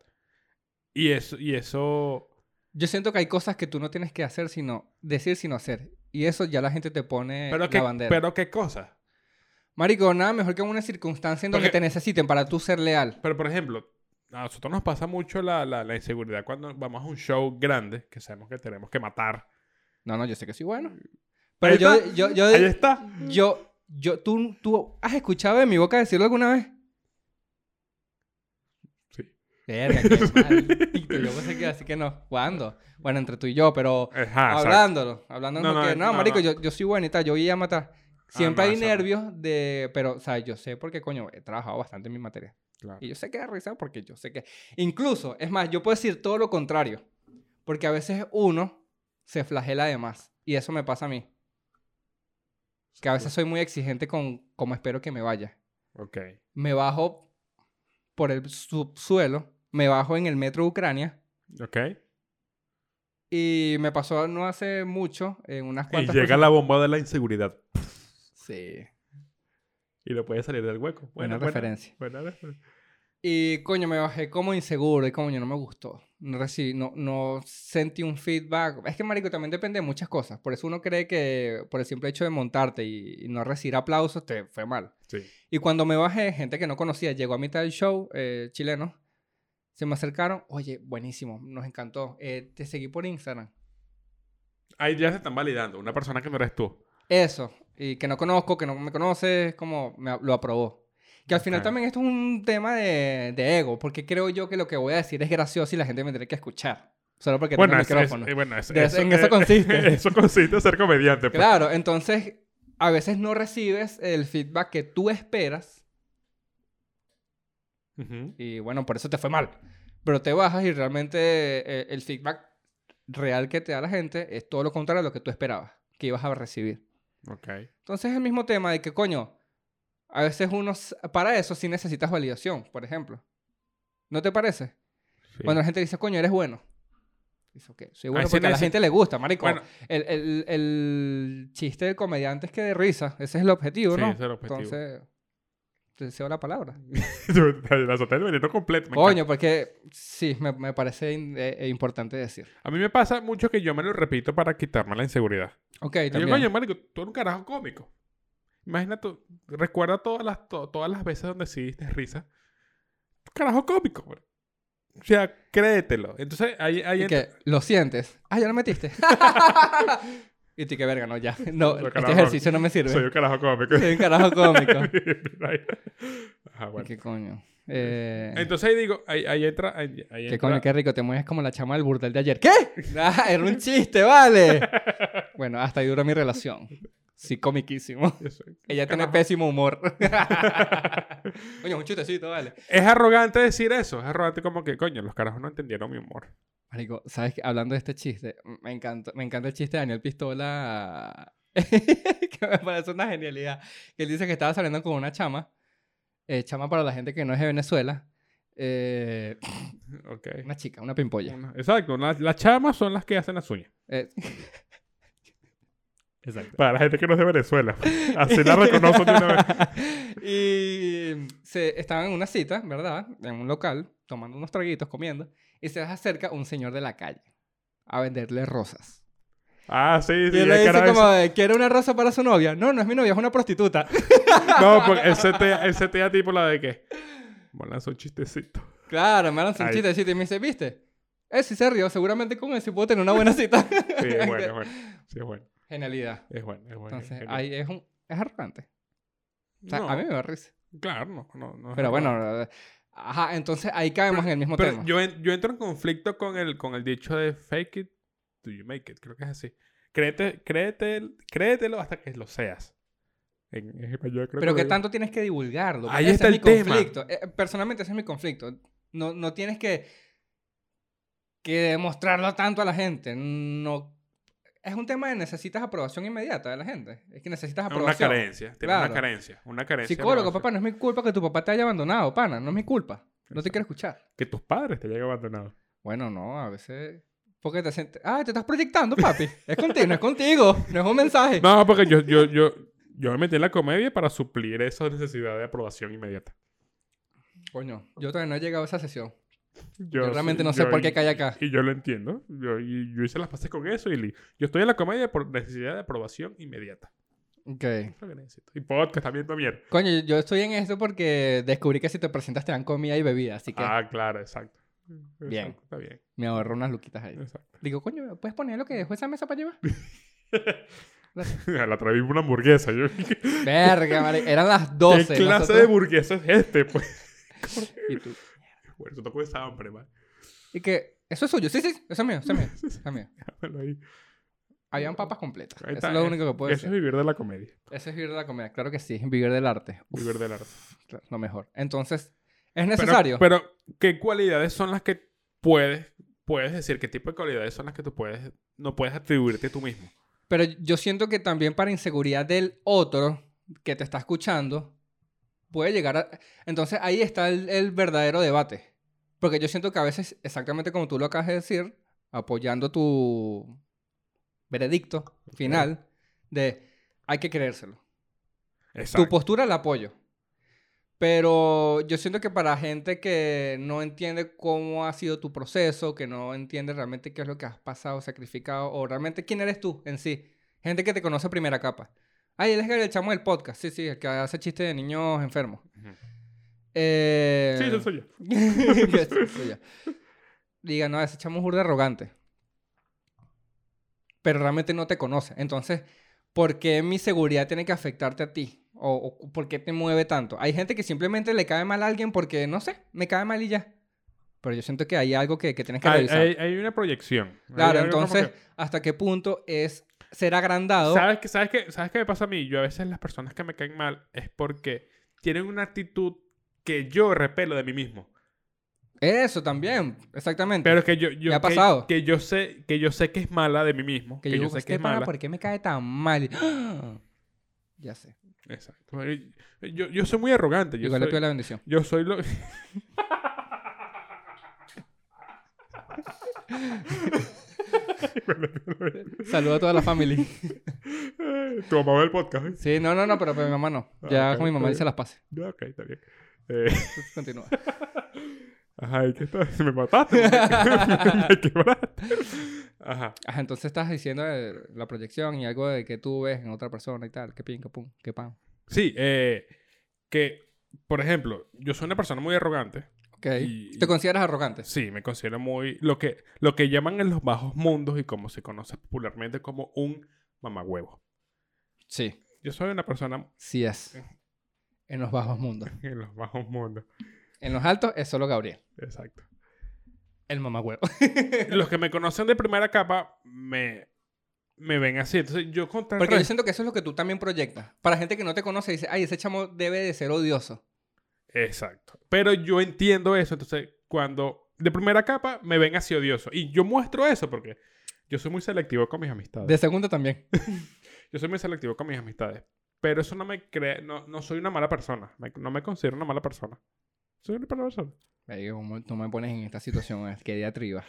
S2: Y eso, y eso,
S1: Yo siento que hay cosas que tú no tienes que hacer, sino decir, sino hacer. Y eso ya la gente te pone
S2: pero,
S1: Eh, la
S2: qué,
S1: bandera.
S2: pero qué cosa.
S1: Marico, nada mejor que en una circunstancia en donde
S2: Porque-
S1: te necesiten para tú ser leal.
S2: Pero por ejemplo, a nosotros nos pasa mucho la, la, la inseguridad cuando vamos a un show grande, que sabemos que tenemos que matar.
S1: No, no, yo sé que soy bueno.
S2: Ahí
S1: Pero yo,
S2: está,
S1: yo, yo,
S2: Ahí está.
S1: yo, yo, tú, tú, ¿has escuchado de mi boca decirlo alguna vez?
S2: Sí.
S1: Verga, qué maldito. Yo pensé que así que no. ¿Cuándo? Bueno, entre tú y yo, pero
S2: Ajá, Ah, exacto.
S1: hablándolo, hablándolo
S2: No,
S1: no,
S2: no,
S1: que,
S2: es-
S1: no,
S2: no,
S1: marico,
S2: no. Ah,
S1: Yo, yo soy bueno y tal, yo voy a matar. Siempre
S2: no,
S1: hay
S2: eso no.
S1: nervios de, pero, o sea, yo sé porque, coño, he trabajado bastante en mi materia.
S2: Claro.
S1: Y yo sé que da risa porque yo sé que... Incluso, es más, yo puedo decir todo lo contrario. Porque a veces uno se flagela de más. Y eso me pasa a mí. Que a veces soy muy exigente con cómo espero que me vaya.
S2: Ok.
S1: Me bajo por el subsuelo. Me bajo en el metro de Ucrania.
S2: Ok.
S1: Y me pasó no hace mucho en unas
S2: Y
S1: cuantas...
S2: llega
S1: personas-
S2: la bomba de la inseguridad.
S1: Sí.
S2: Y no puede salir del hueco.
S1: Buena
S2: Buena,
S1: referencia.
S2: Buena, buena referencia.
S1: Y coño, me bajé como inseguro y coño, no me gustó. No recibí, no, no sentí un feedback. Es que, marico, también depende de muchas cosas. Por eso uno cree que por el simple hecho de montarte y, y no recibir aplausos te fue mal.
S2: Sí.
S1: Y cuando me bajé, gente que no conocía llegó a mitad del show, eh, chilenos, se me acercaron. Oye, buenísimo, nos encantó. Eh, te seguí por Instagram.
S2: Ahí ya se están validando. Una persona que no eres tú.
S1: Eso, y que no conozco, que no me conoces, como me a- lo aprobó. Que al final
S2: Ok.
S1: también esto es un tema de, de ego, porque creo yo que lo que voy a decir es gracioso y la gente me tiene que escuchar. Solo porque
S2: Bueno,
S1: tengo
S2: es,
S1: el micrófono.
S2: es- eh, bueno, es-
S1: De- en eso consiste.
S2: eso consiste en ser comediante. pues.
S1: Claro, entonces a veces no recibes el feedback que tú esperas
S2: Ujú.
S1: y bueno, por eso te fue mal. Pero te bajas y realmente eh, el feedback real que te da la gente es todo lo contrario a lo que tú esperabas que ibas a recibir.
S2: Ok.
S1: Entonces es el mismo tema de que, coño, a veces uno, s- para eso sí necesitas validación, por ejemplo. ¿No te parece?
S2: Sí. Ah,
S1: Cuando la gente dice, coño, eres bueno. Dice, ok, soy bueno
S2: sí
S1: porque a la
S2: necesi-
S1: gente le gusta, marico.
S2: Bueno.
S1: El, el- el chiste del comediante es que de risa. Ese es el objetivo,
S2: Sí,
S1: ¿no?
S2: ese es el objetivo.
S1: Entonces, te deseo la palabra.
S2: la solté del veneno completo. me
S1: coño, porque sí, me, me parece in- eh, eh, importante decir.
S2: encanta. A mí me pasa mucho que yo me lo repito para quitarme la inseguridad.
S1: Ok,
S2: Y yo,
S1: también.
S2: coño, marico, tú eres un carajo cómico. Imagínate, recuerda todas las, to- todas las veces donde sí diste risa. Tú carajo cómico, bro. O sea, créetelo. Entonces, ahí, ahí
S1: Y
S2: entra-
S1: que lo sientes. Ah, ya lo metiste. y tú que verga, no, ya. No,
S2: Soy
S1: este
S2: carajo.
S1: ejercicio no me sirve.
S2: soy
S1: Soy,
S2: un carajo cómico.
S1: un carajo cómico.
S2: Ajá, bueno.
S1: ¿Qué coño? Eh,
S2: Entonces ahí digo, ahí, ahí entra. Ahí, ahí
S1: ¿Qué
S2: entra-
S1: coño? Qué rico. Te mueves como la chama del burdel de ayer. ¿Qué? Ah, era un chiste, vale. bueno, hasta ahí duró mi relación. Sí, comiquísimo.
S2: Yo soy-
S1: Ella tiene
S2: Carajo.
S1: pésimo humor. coño, un chistecito, vale.
S2: Es arrogante decir eso. Es arrogante como que, coño, los carajos no entendieron mi humor.
S1: Marico, ¿sabes qué? Hablando de este chiste, m- me encanta, me encanta el chiste de Daniel Pistola, que me parece una genialidad. Que él dice que estaba saliendo con una chama, eh, chama para la gente que no es de Venezuela, eh,
S2: Ok.
S1: una chica, una pimpolla.
S2: Una- Exacto. Las, las chamas son las que hacen las uñas.
S1: Eh, Exacto.
S2: Para la gente que no es de Venezuela. Así la reconozco de una vez.
S1: y se, estaban en una cita, ¿verdad? En un local, tomando unos traguitos, comiendo, y se les acerca un señor de la calle a venderle rosas.
S2: Ah, sí, sí.
S1: Y él
S2: el
S1: le dice
S2: carajo
S1: como, de, ¿quiere una rosa para su novia? No, no es mi novia, es una prostituta.
S2: ese- No, pues, porque él setea, él setea tipo la de que. Bueno, lanza un chistecito.
S1: Claro, me lanzó un
S2: Ay.
S1: chiste, chiste, y me dice, ¿viste? Eh, sí se rió, seguramente con él sí puedo tener una buena cita.
S2: Sí, es bueno, es bueno. Sí, es bueno.
S1: Genialidad.
S2: Es bueno, es bueno. es
S1: Entonces,
S2: genial.
S1: ahí es, un, es arrogante. O sea,
S2: No,
S1: a mí me da risa.
S2: Claro, no, no, no es
S1: Pero
S2: arrogante.
S1: bueno, ajá, entonces ahí caemos en el mismo
S2: Pero
S1: tema.
S2: yo, en- yo entro en conflicto con el, con el dicho de fake it till you make it, creo que es así. Créete, créete, créetelo hasta que lo seas. En, en español
S1: Pero
S2: creo que
S1: qué
S2: lo digo.
S1: tanto tienes que divulgarlo.
S2: Ahí
S1: Ese
S2: está
S1: es
S2: el
S1: mi
S2: tema.
S1: conflicto. Eh, personalmente ese es mi conflicto. No, no tienes que, que demostrarlo tanto a la gente. No. Es un tema de necesitas aprobación inmediata de la gente. Es que necesitas
S2: Es Una
S1: aprobación.
S2: carencia, tiene
S1: Claro.
S2: una carencia, una carencia. de
S1: Psicólogo,
S2: aprobación.
S1: papá, no es mi culpa que tu papá te haya abandonado, pana. No es mi culpa. No te quiero escuchar.
S2: Que tus padres te hayan abandonado.
S1: Bueno, no, a veces... Porque te sientes... Ah, te estás proyectando, papi. Es contigo, no es contigo. No es un mensaje.
S2: No, porque yo, yo, yo, yo me metí en la comedia para suplir esa necesidad de aprobación inmediata.
S1: Coño, yo todavía no he llegado a esa sesión.
S2: Yo,
S1: Yo
S2: sí-
S1: realmente no sé
S2: yo-
S1: por qué caí acá.
S2: Y yo lo entiendo. Yo, y- yo hice las pases con eso y li- yo estoy en la comedia por necesidad de aprobación inmediata.
S1: Ok.
S2: Es lo que necesito. Y podcast también, también.
S1: Coño, yo- yo estoy en esto porque descubrí que si te presentas te dan comida y bebida, así que
S2: Ah, claro, exacto.
S1: Bien.
S2: Exacto, Está bien,
S1: me ahorro unas luquitas ahí.
S2: exacto.
S1: Digo, coño, ¿puedes poner lo que dejó esa mesa para llevar?
S2: La traí una hamburguesa. Yo, ¿Qué
S1: Verga, madre. Eran las 12.
S2: clase de
S1: nosotros-
S2: hamburguesa es este? Pues?
S1: y, tú-
S2: Bueno, eso tocó esa hambre, man.
S1: y que, eso es suyo, sí, sí, eso es mío, eso es mío, eso es mío.
S2: Déjamelo ahí.
S1: Habían papas completas.
S2: Ahí
S1: Eso
S2: está,
S1: es lo
S2: eh,
S1: único que puedo
S2: Eso es
S1: decir.
S2: vivir de la comedia.
S1: Eso es vivir de la comida, claro que sí, vivir del arte. Uf,
S2: Vivir del arte.
S1: claro, lo mejor. Entonces, ¿es
S2: Pero-
S1: necesario?
S2: Pero, ¿qué cualidades son las que puedes, puedes decir? ¿Qué tipo de cualidades son las que tú puedes, no puedes atribuirte tú mismo?
S1: Pero yo siento que también para inseguridad del otro que te está escuchando, puede llegar a... Entonces ahí está el, el verdadero debate. Porque yo siento que a veces, exactamente como tú lo acabas de decir, apoyando tu veredicto final de hay que creérselo. Tu
S2: Exacto.
S1: postura la apoyo. Pero yo siento que para gente que no entiende cómo ha sido tu proceso, que no entiende realmente qué es lo que has pasado, sacrificado, o realmente quién eres tú en sí. Gente que te conoce a primera capa. Ay, él es el chamo del podcast. Sí, sí, el que hace chistes de niños enfermos.
S2: Ujú.
S1: Eh...
S2: Sí, eso soy yo.
S1: Yo soy- soy yo. pues Diga, no, ese chamo es burda arrogante. Pero realmente no te conoce. Entonces, ¿por qué mi seguridad tiene que afectarte a ti? ¿O, o por qué te mueve tanto? Hay gente que simplemente le cae mal a alguien porque, no sé, me cae mal y ya. Pero yo siento que hay algo que, que tienes que
S2: Hay,
S1: revisar.
S2: hay- hay una proyección. Hay
S1: claro,
S2: algo como
S1: entonces,
S2: que-
S1: ¿hasta qué punto es ser agrandado?
S2: ¿Sabes qué, sabes, qué, ¿Sabes qué me pasa a mí? Yo a veces las personas que me caen mal es porque tienen una actitud que yo repelo de mí mismo.
S1: Eso también, exactamente.
S2: Pero que yo, yo
S1: Me ha
S2: que-
S1: pasado.
S2: Que, yo sé que yo sé que es mala de mí mismo.
S1: que,
S2: Que,
S1: yo,
S2: yo
S1: digo,
S2: sé
S1: "Este
S2: que es
S1: pana,
S2: mala.
S1: ¿por qué me cae tan mal? ya sé.
S2: Exacto. Yo, yo soy muy arrogante. Yo
S1: Igual le
S2: soy,
S1: pido la bendición.
S2: yo soy lo.
S1: Saludo a toda la familia.
S2: tu mamá ve el podcast. ¿eh?
S1: Sí, no, no, no, pero, pero mi mamá no.
S2: Ah,
S1: Ya
S2: ok,
S1: con mi mamá dice
S2: está bien.
S1: las pase.
S2: Ya, ok, está bien. Eh,
S1: Entonces, Continúa.
S2: ajá, ¿y qué está? Me mataste. me, me quebraste. Ajá.
S1: Ajá, entonces estás diciendo de la proyección y algo de que tú ves en otra persona y tal. Que pin, que pum, que pan.
S2: Sí, eh, que, por ejemplo, yo soy una persona muy arrogante.
S1: Ok.
S2: Y-
S1: ¿Te consideras arrogante?
S2: Sí, me considero muy. Lo que, lo que llaman en los bajos mundos y como se conoce popularmente como un mamagüevo.
S1: Sí.
S2: Yo soy una persona
S1: Sí es. En los bajos mundos.
S2: en los bajos mundos.
S1: En los altos es solo Gabriel.
S2: Exacto.
S1: El mamagüevo.
S2: Los que me conocen de primera capa me, me ven así. Entonces yo contra
S1: Porque yo siento que eso es lo que tú también proyectas. Para gente que no te conoce, dice, ay, ese chamo debe de ser odioso.
S2: Exacto. Pero yo entiendo eso. Entonces, cuando de primera capa me ven así odioso. Y yo muestro eso porque yo soy muy selectivo con mis amistades.
S1: De segundo también.
S2: Yo soy muy selectivo con mis amistades. Pero eso no me crea. No, no soy una mala persona. Me- no me considero una mala persona. Soy una mala persona.
S1: Ay, ¿cómo tú me pones en esta situación, qué diatriba.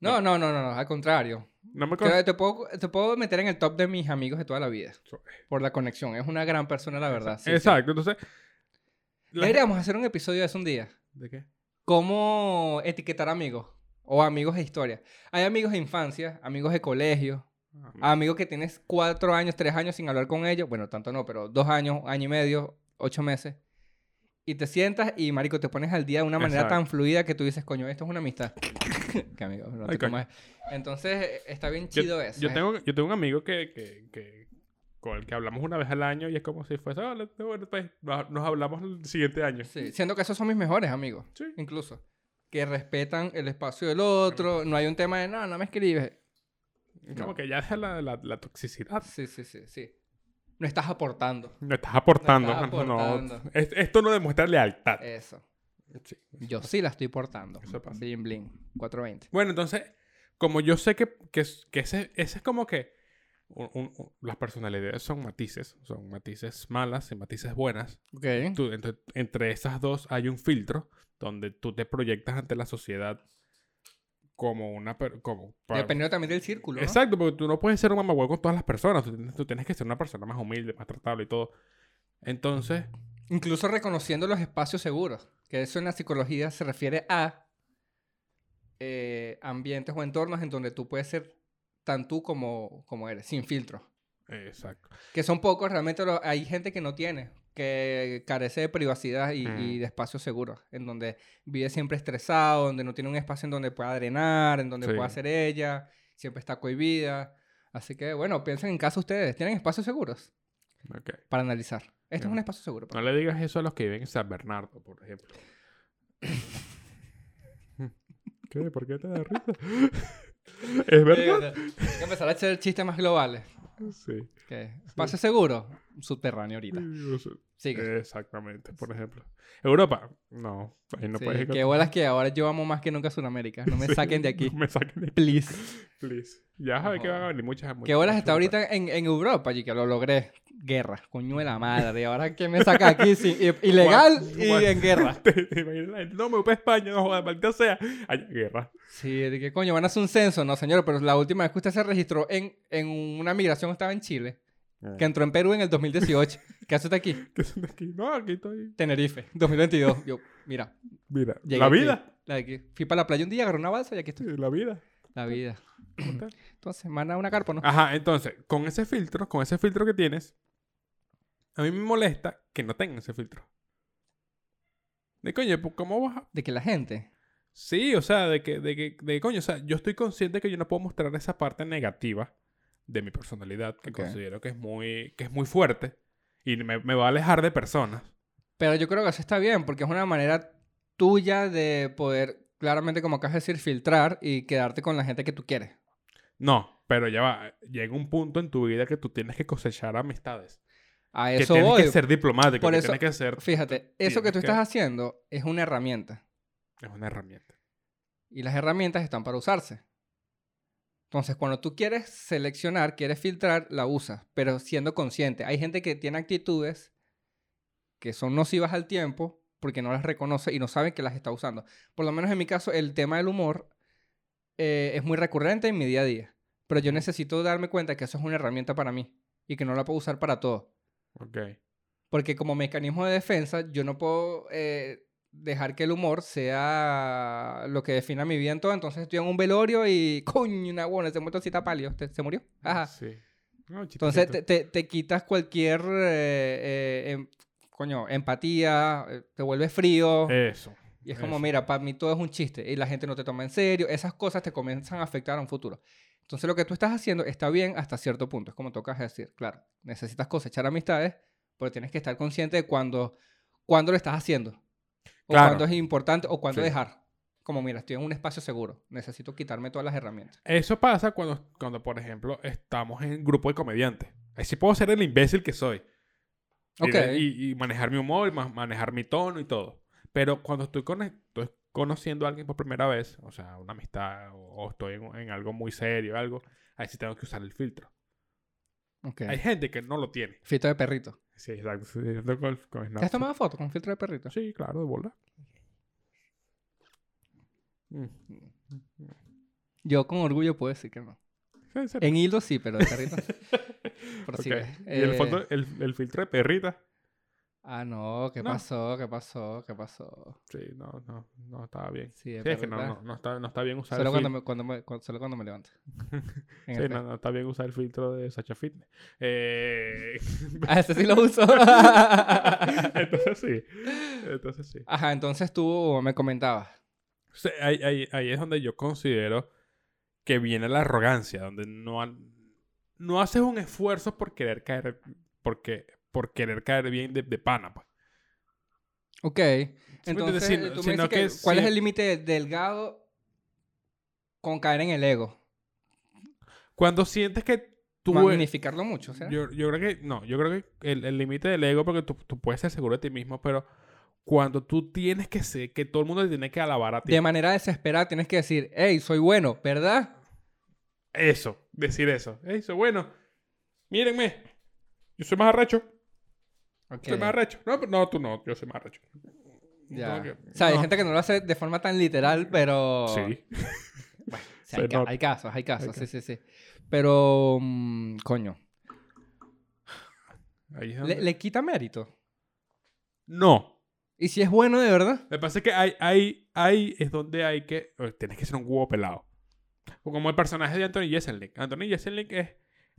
S1: No, no, no, no, no, al contrario.
S2: No me considero.
S1: Te, te puedo, te puedo meter en el top de mis amigos de toda la vida.
S2: Sí.
S1: Por la conexión. Es una gran persona, la verdad. sí, sí.
S2: eh. Exacto. Entonces. la gente-
S1: Deberíamos hacer un episodio de eso un día.
S2: ¿De qué?
S1: Cómo etiquetar amigos. O amigos de historia. Hay amigos de infancia, amigos de colegio,
S2: Ah,
S1: amigos que tienes cuatro años, tres años sin hablar con ellos. Bueno, tanto no, pero dos años, año y medio, ocho meses. y te sientas y, marico, te pones al día de una manera
S2: Exacto.
S1: tan fluida que tú dices, coño, esto es una amistad. que amigo, no te
S2: Ay, coño.
S1: comas. Entonces, eh, está bien
S2: Yo,
S1: chido eso.
S2: yo
S1: ¿eh?
S2: tengo, yo tengo un amigo que, que- que- con el que hablamos una vez al año y es como si fuese, "Hola, bueno, pues, nos nos hablamos el siguiente año.
S1: Sí, siendo que esos son mis mejores amigos,
S2: Sí.
S1: incluso. Que respetan el espacio del otro, no hay un tema de, no, no me escribes.
S2: Es Como
S1: No.
S2: que ya deja la, la- la toxicidad.
S1: Sí, sí, sí, sí. No estás aportando.
S2: No estás aportando.
S1: No estás
S2: no, no,
S1: aportando. Eh.
S2: es- esto no demuestra lealtad.
S1: Eso.
S2: Sí.
S1: Yo sí la estoy portando.
S2: Eso pasa.
S1: Bling, bling. 420.
S2: Bueno, entonces, como yo sé que, que, que ese, ese es como que un- un- un- las personalidades son matices, son matices malas y matices buenas.
S1: Ok.
S2: Tú- entre, entre esas dos hay un filtro donde tú te proyectas ante la sociedad como una... per- Como, pa-
S1: Dependiendo también del círculo. ¿no?
S2: Exacto, porque tú no puedes ser un mamagüey con todas las personas. Tú, tienes- tú tienes que ser una persona más humilde, más tratable y todo. Entonces,
S1: Incluso reconociendo los espacios seguros, que eso en la psicología se refiere a eh, ambientes o entornos en donde tú puedes ser tan tú como, como eres, sin filtros.
S2: exacto.
S1: Que son pocos, realmente lo- hay gente que no tiene, que carece de privacidad y, y
S2: Mm.
S1: de espacios seguros, en donde vive siempre estresado, donde no tiene un espacio en donde pueda drenar, en donde
S2: Sí.
S1: pueda ser ella, siempre está cohibida. Así que, bueno, piensen en casa ustedes, ¿tienen espacios seguros
S2: Ok.
S1: para analizar? Este es
S2: Ya.
S1: un espacio seguro. papá.
S2: No le digas eso a los que viven en San Bernardo, por ejemplo. ¿Qué? ¿Por qué te da risa? ¿Es
S1: Sí,
S2: verdad?
S1: o sea, hay que empezar a hacer chistes más globales.
S2: Sí. Mm. Eh,
S1: que Espacio seguro, subterráneo ahorita.
S2: O sea,
S1: Sigue.
S2: Exactamente, por ejemplo. Europa. No, ahí no
S1: Sí,
S2: puedes
S1: qué bolas que ahora yo amo más que nunca Sudamérica. No me
S2: Sí,
S1: saquen de aquí,
S2: no me saquen de aquí,
S1: please.
S2: please. Ya sabes que
S1: jodas.
S2: van a venir muchas. muchas-
S1: ¿Qué bolas
S2: muchas
S1: está ahorita en, en Europa, allí que lo logré? Guerra, coño de la madre. Ahora que me saca aquí sin- i- ilegal
S2: Guau,
S1: y
S2: guau.
S1: en guerra.
S2: ¿Te, te imaginas la gente? No, me voy para España, no jodas, maldita sea. Hay guerra.
S1: Sí, de que coño, van a hacer un censo, no señor, pero la última vez que usted se registró en, en una migración estaba en Chile, que entró en Perú en el 2018. ¿Qué hace usted aquí?
S2: ¿Qué son de aquí? No, aquí estoy.
S1: Tenerife, 2022. Yo, mira,
S2: Mira,
S1: llegué
S2: la
S1: aquí,
S2: vida.
S1: la de aquí. Fui para la playa un día, agarré una balsa y aquí estoy.
S2: La vida.
S1: La vida. Entonces, manda una carpa, ¿no?
S2: Ajá, entonces, con ese filtro, con ese filtro que tienes, a mí me molesta que no tengan ese filtro. De coño, pues, ¿cómo vas a...?
S1: De que la gente.
S2: Sí, o sea, de que, de que, de coño, o sea, yo estoy consciente que yo no puedo mostrar esa parte negativa de mi personalidad, que
S1: Ok.
S2: considero que es muy, que es muy fuerte, y me, me va a alejar de personas.
S1: Pero yo creo que eso está bien, porque es una manera tuya de poder, claramente, como acabas de decir, filtrar y quedarte con la gente que tú quieres.
S2: No, pero ya va, llega un punto en tu vida que tú tienes que cosechar amistades.
S1: A
S2: Que
S1: eso
S2: tienes
S1: voy.
S2: que ser diplomático,
S1: Por
S2: que
S1: eso-
S2: tienes que ser...
S1: Fíjate, eso que tú
S2: tienes que-
S1: estás haciendo es una herramienta.
S2: Es una herramienta.
S1: Y las herramientas están para usarse. Entonces, cuando tú quieres seleccionar, quieres filtrar, la usas, pero siendo consciente. Hay gente que tiene actitudes que son nocivas al tiempo porque no las reconoce y no sabe que las está usando. Por lo menos en mi caso, el tema del humor eh, es muy recurrente en mi día a día. Pero yo necesito darme cuenta que eso es una herramienta para mí y que no la puedo usar para todo.
S2: Ok.
S1: Porque como mecanismo de defensa, yo no puedo eh, dejar que el humor sea lo que defina mi vida en todo. Entonces estoy en un velorio y coño, una buena, se murió cita palio, te- se murió. Ajá.
S2: Sí. No,
S1: Entonces
S2: chistecito.
S1: te, te- te quitas cualquier eh, eh, em- coño, empatía, eh, te vuelves frío.
S2: Eso.
S1: y es como,
S2: eso.
S1: mira, para mí todo es un chiste y la gente no te toma en serio. Esas cosas te comienzan a afectar a un futuro. Entonces lo que tú estás haciendo está bien hasta cierto punto. Es como tocas decir, claro, necesitas cosechar amistades, pero tienes que estar consciente de cuándo, cuándo lo estás haciendo. O
S2: Claro.
S1: cuándo es importante o cuándo
S2: Sí.
S1: dejar. Como, mira, estoy en un espacio seguro. Necesito quitarme todas las herramientas.
S2: Eso pasa cuando, cuando, por ejemplo, estamos en un grupo de comediantes. Ahí sí puedo ser el imbécil que soy. Y
S1: Ok.
S2: de- Y, y manejar mi humor, ma- manejar mi tono y todo. Pero cuando estoy, con, e-, estoy conociendo a alguien por primera vez, o sea, una amistad, o, o estoy en, en algo muy serio, algo, ahí sí tengo que usar el filtro.
S1: Ok.
S2: Hay gente que no lo tiene.
S1: Filtro de perrito.
S2: Sí, exacto. Sí, yo con- con
S1: ¿Te has
S2: Snapchat.
S1: tomado foto con filtro de perrito?
S2: Sí, claro, de bola. Mm.
S1: Yo con orgullo puedo decir que no.
S2: Sí, sí.
S1: En hilo sí, pero de perrito. no. Pero sí,
S2: Ok.
S1: eh,
S2: Y el, fondo- el, el filtro de perrita.
S1: Ah, no, ¿qué
S2: No.
S1: pasó? ¿Qué pasó? ¿Qué pasó?
S2: Sí, no, no, no estaba bien.
S1: Sí, es
S2: Sí, es que no,
S1: verdad.
S2: no, no está, no está bien usar
S1: Solo
S2: el
S1: cuando,
S2: filtro.
S1: me, cuando me- cuando- solo cuando me levanto. En este.
S2: Sí,
S1: el
S2: no,
S1: pe-
S2: no está bien usar el filtro de Sacha Fitness. Eh,
S1: Ah, ese sí lo uso.
S2: entonces sí. Entonces sí.
S1: Ajá, entonces tú me comentabas.
S2: O sea, ahí, ahí- ahí es donde yo considero que viene la arrogancia, donde no, ha- no haces un esfuerzo por querer caer, porque, por querer caer bien de, de pana, pues.
S1: Ok.
S2: me entiendes?
S1: Entonces,
S2: pues, Sino-
S1: tú me dices
S2: sino
S1: que,
S2: que
S1: ¿cuál
S2: sí-
S1: es el límite delgado con caer en el ego?
S2: Cuando sientes que tú... eh,
S1: Magnificarlo mucho, o sea.
S2: Yo, yo creo que, no, yo creo que el el límite del ego, porque tú, tú puedes ser seguro de ti mismo, pero cuando tú tienes que ser, que todo el mundo te tiene que alabar a ti.
S1: De manera desesperada tienes que decir, hey, soy bueno, ¿verdad?
S2: Eso, decir eso. Eso, bueno, mírenme, yo soy más arrecho,
S1: Ok,
S2: soy más arrecho. No, pero no, tú no, yo soy más arrecho.
S1: ya.
S2: Como que,
S1: O sea, hay
S2: no.
S1: gente que no lo hace de forma tan literal, pero...
S2: Sí.
S1: Bueno, o sea, hay,
S2: Se
S1: ca-
S2: nota.
S1: hay casos, hay casos, sí,
S2: casos.
S1: sí, sí. Pero, mm, coño,
S2: Ahí es
S1: le,
S2: donde-
S1: le quita mérito.
S2: No.
S1: ¿Y si es bueno de verdad?
S2: Me pasa que ahí, ahí, ahí es donde hay que. o Tienes que ser un huevo pelado. O como el personaje de Anthony Jeselnik. Anthony Jeselnik es,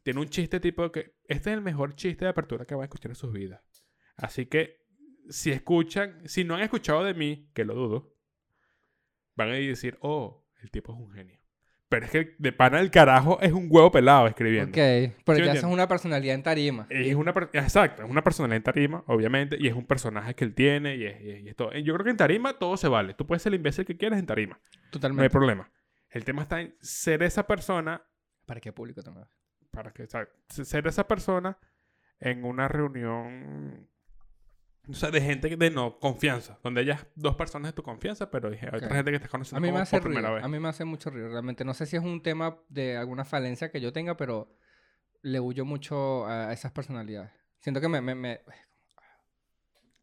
S2: tiene un chiste tipo que. Este es el mejor chiste de apertura que van a escuchar en sus vidas. Así que, si escuchan. Si no han escuchado de mí, que lo dudo, van a decir, oh, el tipo es un genio. Pero es que de pana el carajo es un huevo pelado escribiendo.
S1: Ok, pero
S2: Sí,
S1: ya eso
S2: Eh, entiendo.
S1: es una personalidad en tarima.
S2: Es una, per- exacto, es una personalidad en tarima, obviamente, y es un personaje que él tiene, y es, y es- y es todo. Yo creo que en tarima todo se vale. Tú puedes ser el imbécil que quieras en tarima, no hay
S1: Totalmente.
S2: problema. El tema está en ser esa persona,
S1: ¿Para qué público también?
S2: para que, o sea, ser esa persona en una reunión, o sea, de gente de no confianza, donde hayas dos personas de tu confianza, pero hay hay
S1: Ok.
S2: otra gente que estás
S1: A
S2: conociendo
S1: mí me
S2: como
S1: hace
S2: por primera
S1: ruido,
S2: vez.
S1: a mí me hace mucho ruido. Realmente no sé si es un tema de alguna falencia que yo tenga, pero le huyo mucho a a esas personalidades. Siento que me... me- me-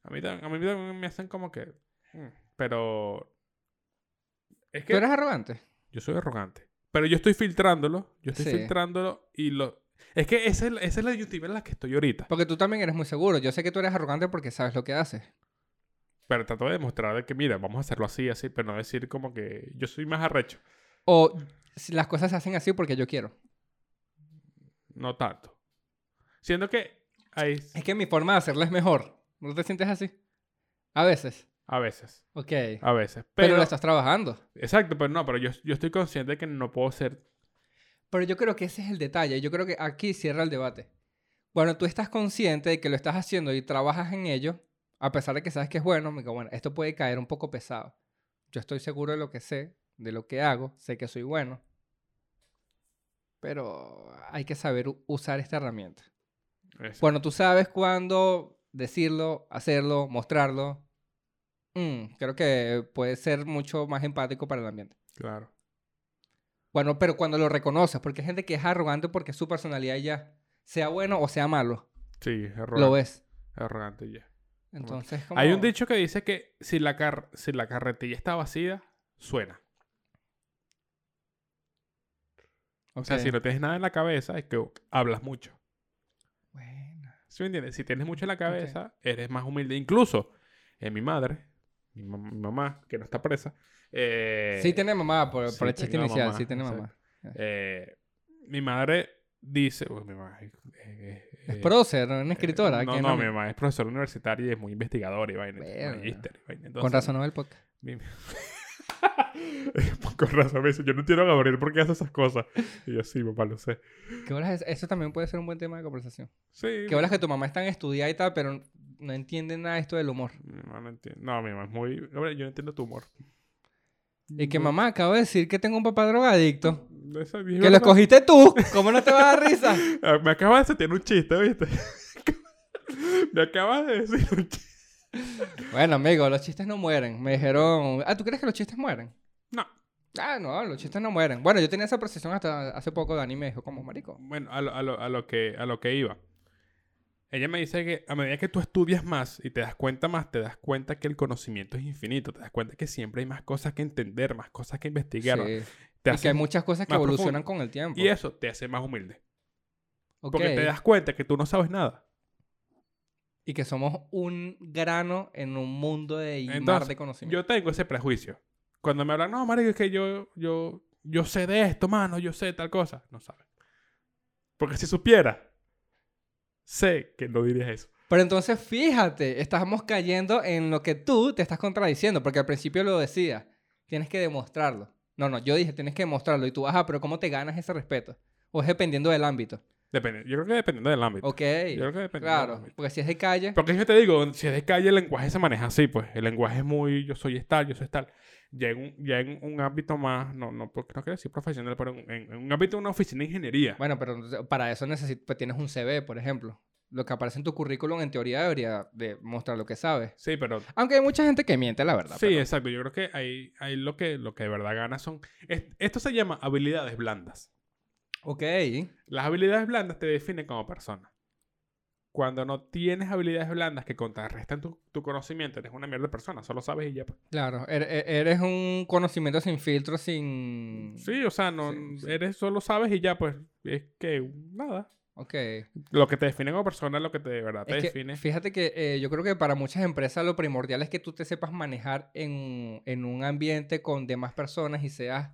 S2: A mí, tam- a mí también me hacen como que, mm, pero... Es
S1: ¿Tú eres arrogante?
S2: Yo soy arrogante. Pero yo estoy filtrándolo. Yo estoy
S1: Sí.
S2: filtrándolo y lo... Es que esa es, la- esa es la disyuntiva en la que estoy ahorita.
S1: Porque tú también eres muy seguro. Yo sé que tú eres arrogante porque sabes lo que haces.
S2: Pero trato de demostrar de que, mira, vamos a hacerlo así, así, pero no decir como que yo soy más arrecho.
S1: O si las cosas se hacen así porque yo quiero.
S2: No tanto. Siendo que ahí,
S1: Es que mi forma de hacerla es mejor. ¿No te sientes así? A veces.
S2: a veces,
S1: Ok. Pero,
S2: a veces. Ah, Pero,
S1: lo estás trabajando.
S2: exacto, pero no, pero yo, yo estoy consciente de que no puedo ser...
S1: Pero yo creo que ese es el detalle. Yo creo que aquí cierra el debate. Bueno, tú estás consciente de que lo estás haciendo y trabajas en ello, a pesar de que sabes que es bueno, me digo, bueno, esto puede caer un poco pesado. Yo estoy seguro de lo que sé, de lo que hago, sé que soy bueno. Pero hay que saber u- usar esta herramienta.
S2: Eso.
S1: Bueno, tú sabes cuándo decirlo, hacerlo, mostrarlo. Mm, creo que puede ser mucho más empático para el ambiente.
S2: Claro.
S1: Bueno, pero cuando lo reconoces, porque hay gente que es arrogante porque es su personalidad y ya, sea bueno o sea malo,
S2: Sí, es
S1: lo
S2: arrogante.
S1: es.
S2: Arrogante ya.
S1: Entonces, como...
S2: Hay un dicho que dice que si la, car- si la carretilla está vacía, suena. O sea,
S1: Ok.
S2: si no tienes nada en la cabeza, es que hablas mucho.
S1: Bueno,
S2: ¿Sí me entiendes? Si tienes mucho en la cabeza, eres más humilde. Incluso en mi madre, mi, mam- mi mamá, que no está presa. eh,
S1: sí tiene mamá, por,
S2: sí
S1: por el chiste
S2: tengo
S1: inicial,
S2: mamá,
S1: sí tiene
S2: exacto.
S1: mamá.
S2: eh, mi madre dice. Uy, mi mamá, eh, eh,
S1: Es
S2: eh,
S1: prócer, una
S2: eh,
S1: escritora.
S2: no,
S1: que
S2: no,
S1: me-
S2: mi mamá es profesora universitaria y es muy investigadora y vaina. es
S1: Verga.
S2: magíster y vaina.
S1: Con
S2: Entonces,
S1: razón no ve el podcast.
S2: mi- Con razón me dice, yo no entiendo a Gabriel por qué hace esas cosas. Y yo, sí, papá, lo sé.
S1: ¿Qué bolas es- Eso también puede ser un buen tema de conversación.
S2: Sí.
S1: ¿Qué bolas que tu mamá es tan estudiada y tal, pero no entiende nada de esto del humor?
S2: Mi mamá no entiende. No, mi mamá es muy. Gabriel, yo no entiendo tu humor.
S1: Y que
S2: No-
S1: mamá, acabo de decir que tengo un papá drogadicto.
S2: Esa- dije,
S1: Que lo
S2: "Bueno,
S1: escogiste tú. ¿Cómo no te va a dar risa?
S2: Ah, Me acabas de tener un chiste, ¿viste? me acabas de decir un chiste.
S1: Bueno, amigo, los chistes no mueren. Me dijeron, ah, ¿tú crees que los chistes mueren?
S2: No.
S1: Ah, no, los chistes no mueren. Bueno, yo tenía esa percepción hasta hace poco. Dani me dijo, como marico.
S2: Bueno, a lo, a lo- a lo que, a lo que iba. Ella me dice que a medida que tú estudias más y te das cuenta más, te das cuenta que el conocimiento es infinito. Te das cuenta que siempre hay más cosas que entender, más cosas que investigar.
S1: Sí.
S2: Te
S1: Y que
S2: hace-
S1: hay muchas cosas que
S2: más profundo.
S1: evolucionan con el tiempo.
S2: y eso te hace más humilde.
S1: Ok.
S2: Porque te das cuenta que tú no sabes nada.
S1: y que somos un grano en un mundo de y mar
S2: Entonces,
S1: de conocimiento.
S2: Yo tengo ese prejuicio. Cuando me hablan, no, marico, es que yo, yo, yo sé de esto, mano, yo sé tal cosa. No saben. Porque si supiera, sé que no dirías eso.
S1: Pero entonces fíjate, estamos cayendo en lo que tú te estás contradiciendo, porque al principio lo decías, tienes que demostrarlo. No, no, yo dije, tienes que demostrarlo y tú, ajá, pero ¿cómo te ganas ese respeto? O es dependiendo del ámbito.
S2: Depende. Yo creo que dependiendo del ámbito.
S1: Ok,
S2: Yo creo que dependiendo del
S1: claro,
S2: ámbito.
S1: porque si es de calle,
S2: Porque yo te digo, si es de calle, el lenguaje se maneja así, pues. El lenguaje es muy, yo soy tal, yo soy tal. Ya en un, ya en un ámbito más, no, no, no quiero decir profesional, pero en, en- en un ámbito de una oficina de ingeniería.
S1: bueno, pero para eso necesitas, tienes un CV, por ejemplo. Lo que aparece en tu currículum en teoría debería de mostrar lo que sabes.
S2: Sí, pero
S1: Aunque hay mucha gente que miente, la verdad.
S2: Sí,
S1: pero-
S2: exacto. Yo creo que ahí, ahí lo, que, lo que de verdad gana son... es- esto se llama habilidades blandas.
S1: Ok.
S2: Las habilidades blandas te definen como persona. Cuando no tienes habilidades blandas que contrarrestan tu, tu conocimiento, eres una mierda de persona. Solo sabes y ya. pues.
S1: Claro, er- er- eres un conocimiento sin filtro, sin...
S2: Sí, o sea, no,
S1: Mm. Sí, sí.
S2: eres solo sabes y ya, pues es que nada.
S1: Ok.
S2: Lo que te define como persona es lo que te, de verdad te
S1: Es que,
S2: define.
S1: fíjate que eh, yo creo que para muchas empresas lo primordial es que tú te sepas manejar en, en un ambiente con demás personas y seas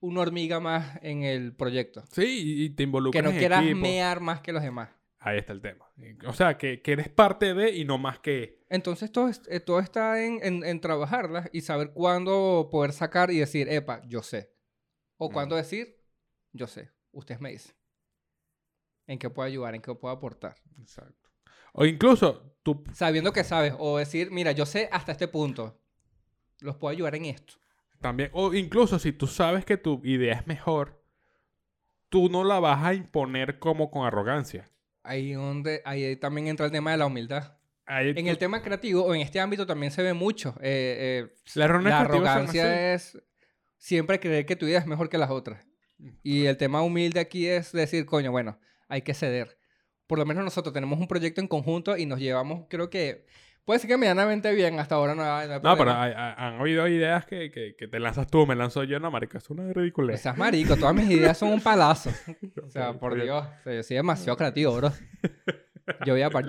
S1: una hormiga más en el proyecto.
S2: Sí, y- y te involucras
S1: Que no
S2: en
S1: quieras
S2: equipo.
S1: mear más que los demás.
S2: Ahí está el tema. O sea, que, que eres parte de y no más que...
S1: Entonces todo, es- eh, todo está en, en, en trabajarlas y saber cuándo poder sacar y decir, epa, yo sé. O
S2: Mm.
S1: cuándo decir, yo sé, ustedes me dicen. ¿En qué puedo ayudar? ¿En qué puedo aportar?
S2: Exacto. O incluso tú
S1: Sabiendo que sabes, o decir, mira, yo sé hasta este punto, los puedo ayudar en esto.
S2: También, o incluso si tú sabes que tu idea es mejor, tú no la vas a imponer como con arrogancia.
S1: Ahí donde, ahí también entra el tema de la humildad.
S2: Ahí
S1: En
S2: tú-
S1: el tema creativo, o en este ámbito también se ve mucho. eh, eh,
S2: las reuniones
S1: la
S2: creativas son así.
S1: arrogancia es siempre creer que tu idea es mejor que las otras. Y el tema humilde aquí es decir, coño, bueno, hay que ceder. Por lo menos nosotros tenemos un proyecto en conjunto y nos llevamos, creo que, puede ser que medianamente bien, hasta ahora no, hay- no hay
S2: No, pero
S1: problema.
S2: hay- hay- han habido ideas que, que- que te lanzas tú, me lanzo yo. No, marico, es una
S1: O
S2: ridiculez.
S1: seas marico, todas mis ideas son un palazo. O sea,
S2: Ok,
S1: por
S2: está bien.
S1: Dios, o sea, yo soy demasiado creativo, bro. Yo voy a Park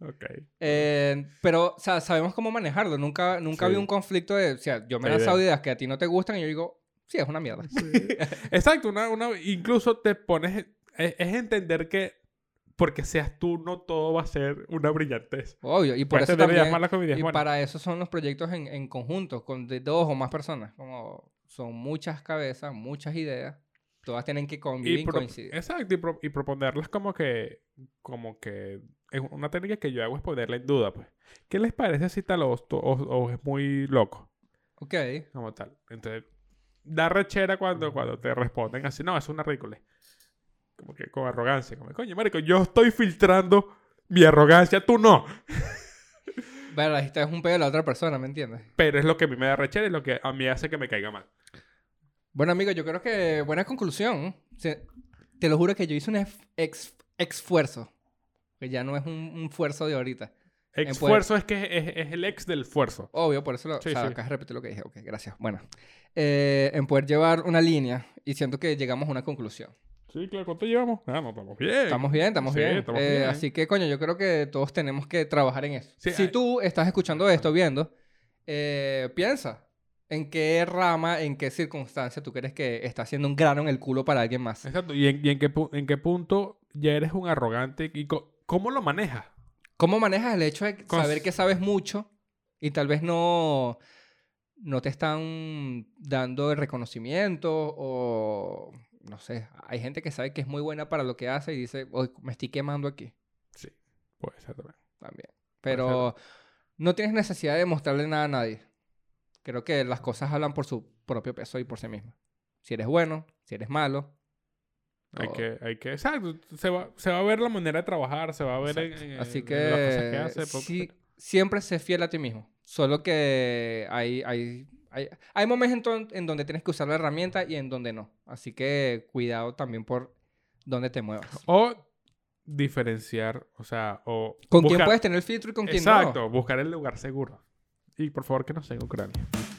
S2: Ok.
S1: Eh, pero, o sea, sabemos cómo manejarlo. Nunca, nunca
S2: Sí.
S1: vi un conflicto de, o sea, yo me he
S2: Sí,
S1: lanzado
S2: de-
S1: ideas que a ti no te gustan y yo digo, sí, es una mierda.
S2: Exacto, una, una- incluso te pones... Es, es entender que porque seas tú, no todo va a ser una brillantez.
S1: Obvio, y por
S2: Puedes
S1: eso
S2: tener ideas
S1: también...
S2: malas con ideas
S1: Y
S2: buenas.
S1: para eso son los proyectos en, en conjunto, con de dos o más personas. Como son muchas cabezas, muchas ideas, todas tienen que convivir y,
S2: pro-
S1: coincidir.
S2: Exacto, y, pro- y proponerlas como que, como que, es una técnica que yo hago es ponerla en duda, pues. ¿Qué les parece si tal o, o- o es muy loco?
S1: Ok,
S2: Como tal. Entonces, da rechera cuando, cuando te responden así, no, es una ridícula. Como que con arrogancia, como, coño, marico, yo estoy filtrando mi arrogancia, tú no.
S1: pero ahí está es un pedo de la otra persona, ¿me entiendes?
S2: Pero es lo que a mí me da rechera y lo que a mí hace que me caiga mal.
S1: Bueno, amigo, yo creo que buena conclusión. Se- te lo juro que yo hice un ef- ex- esfuerzo, que ya no es un, un esfuerzo de ahorita. En poder-
S2: Esfuerzo es que es, es el ex del esfuerzo.
S1: Obvio, por eso lo,
S2: Sí,
S1: o sea,
S2: sí.
S1: acabas de repetir lo que dije. Ok, gracias. Bueno, eh, en poder llevar una línea y siento que llegamos a una conclusión.
S2: Sí, claro, ¿cuánto llevamos? Ah, no, estamos bien.
S1: Estamos bien, estamos
S2: Sí,
S1: bien.
S2: estamos
S1: Eh,
S2: bien.
S1: Así que, coño, yo creo que todos tenemos que trabajar en eso.
S2: Sí,
S1: si
S2: hay-
S1: tú estás escuchando esto, viendo, eh, piensa en qué rama, en qué circunstancia tú crees que está haciendo un grano en el culo para alguien más.
S2: Exacto. ¿Y en, y en qué, pu- en qué punto ya eres un arrogante? ¿Y co- cómo lo manejas?
S1: ¿Cómo manejas el hecho de
S2: Cons-
S1: saber que sabes mucho y tal vez no, no te están dando el reconocimiento o... No sé, hay gente que sabe que es muy buena para lo que hace y dice, "Oy, me estoy quemando aquí.
S2: Sí. Puede ser también.
S1: también.
S2: Puede ser.
S1: Pero no tienes necesidad de mostrarle nada a nadie. Creo que las cosas hablan por su propio peso y por sí mismas. Si eres bueno, si eres malo.
S2: Hay
S1: todo.
S2: que, hay que, exacto, se va, se va a ver la manera de trabajar, se va a ver en,
S1: Exacto.
S2: en-
S1: Así
S2: en
S1: que,
S2: las cosas que hace. pues,
S1: sí, siempre sé fiel a ti mismo. Solo que hay, hay, hay, hay momentos en donde tienes que usar la herramienta y en donde no. Así que cuidado también por dónde te muevas.
S2: O diferenciar, o sea, o...
S1: Con quién
S2: buscar-
S1: puedes tener el filtro y con quién no.
S2: Exacto, buscar el lugar seguro. Y por favor que no sea en Ucrania.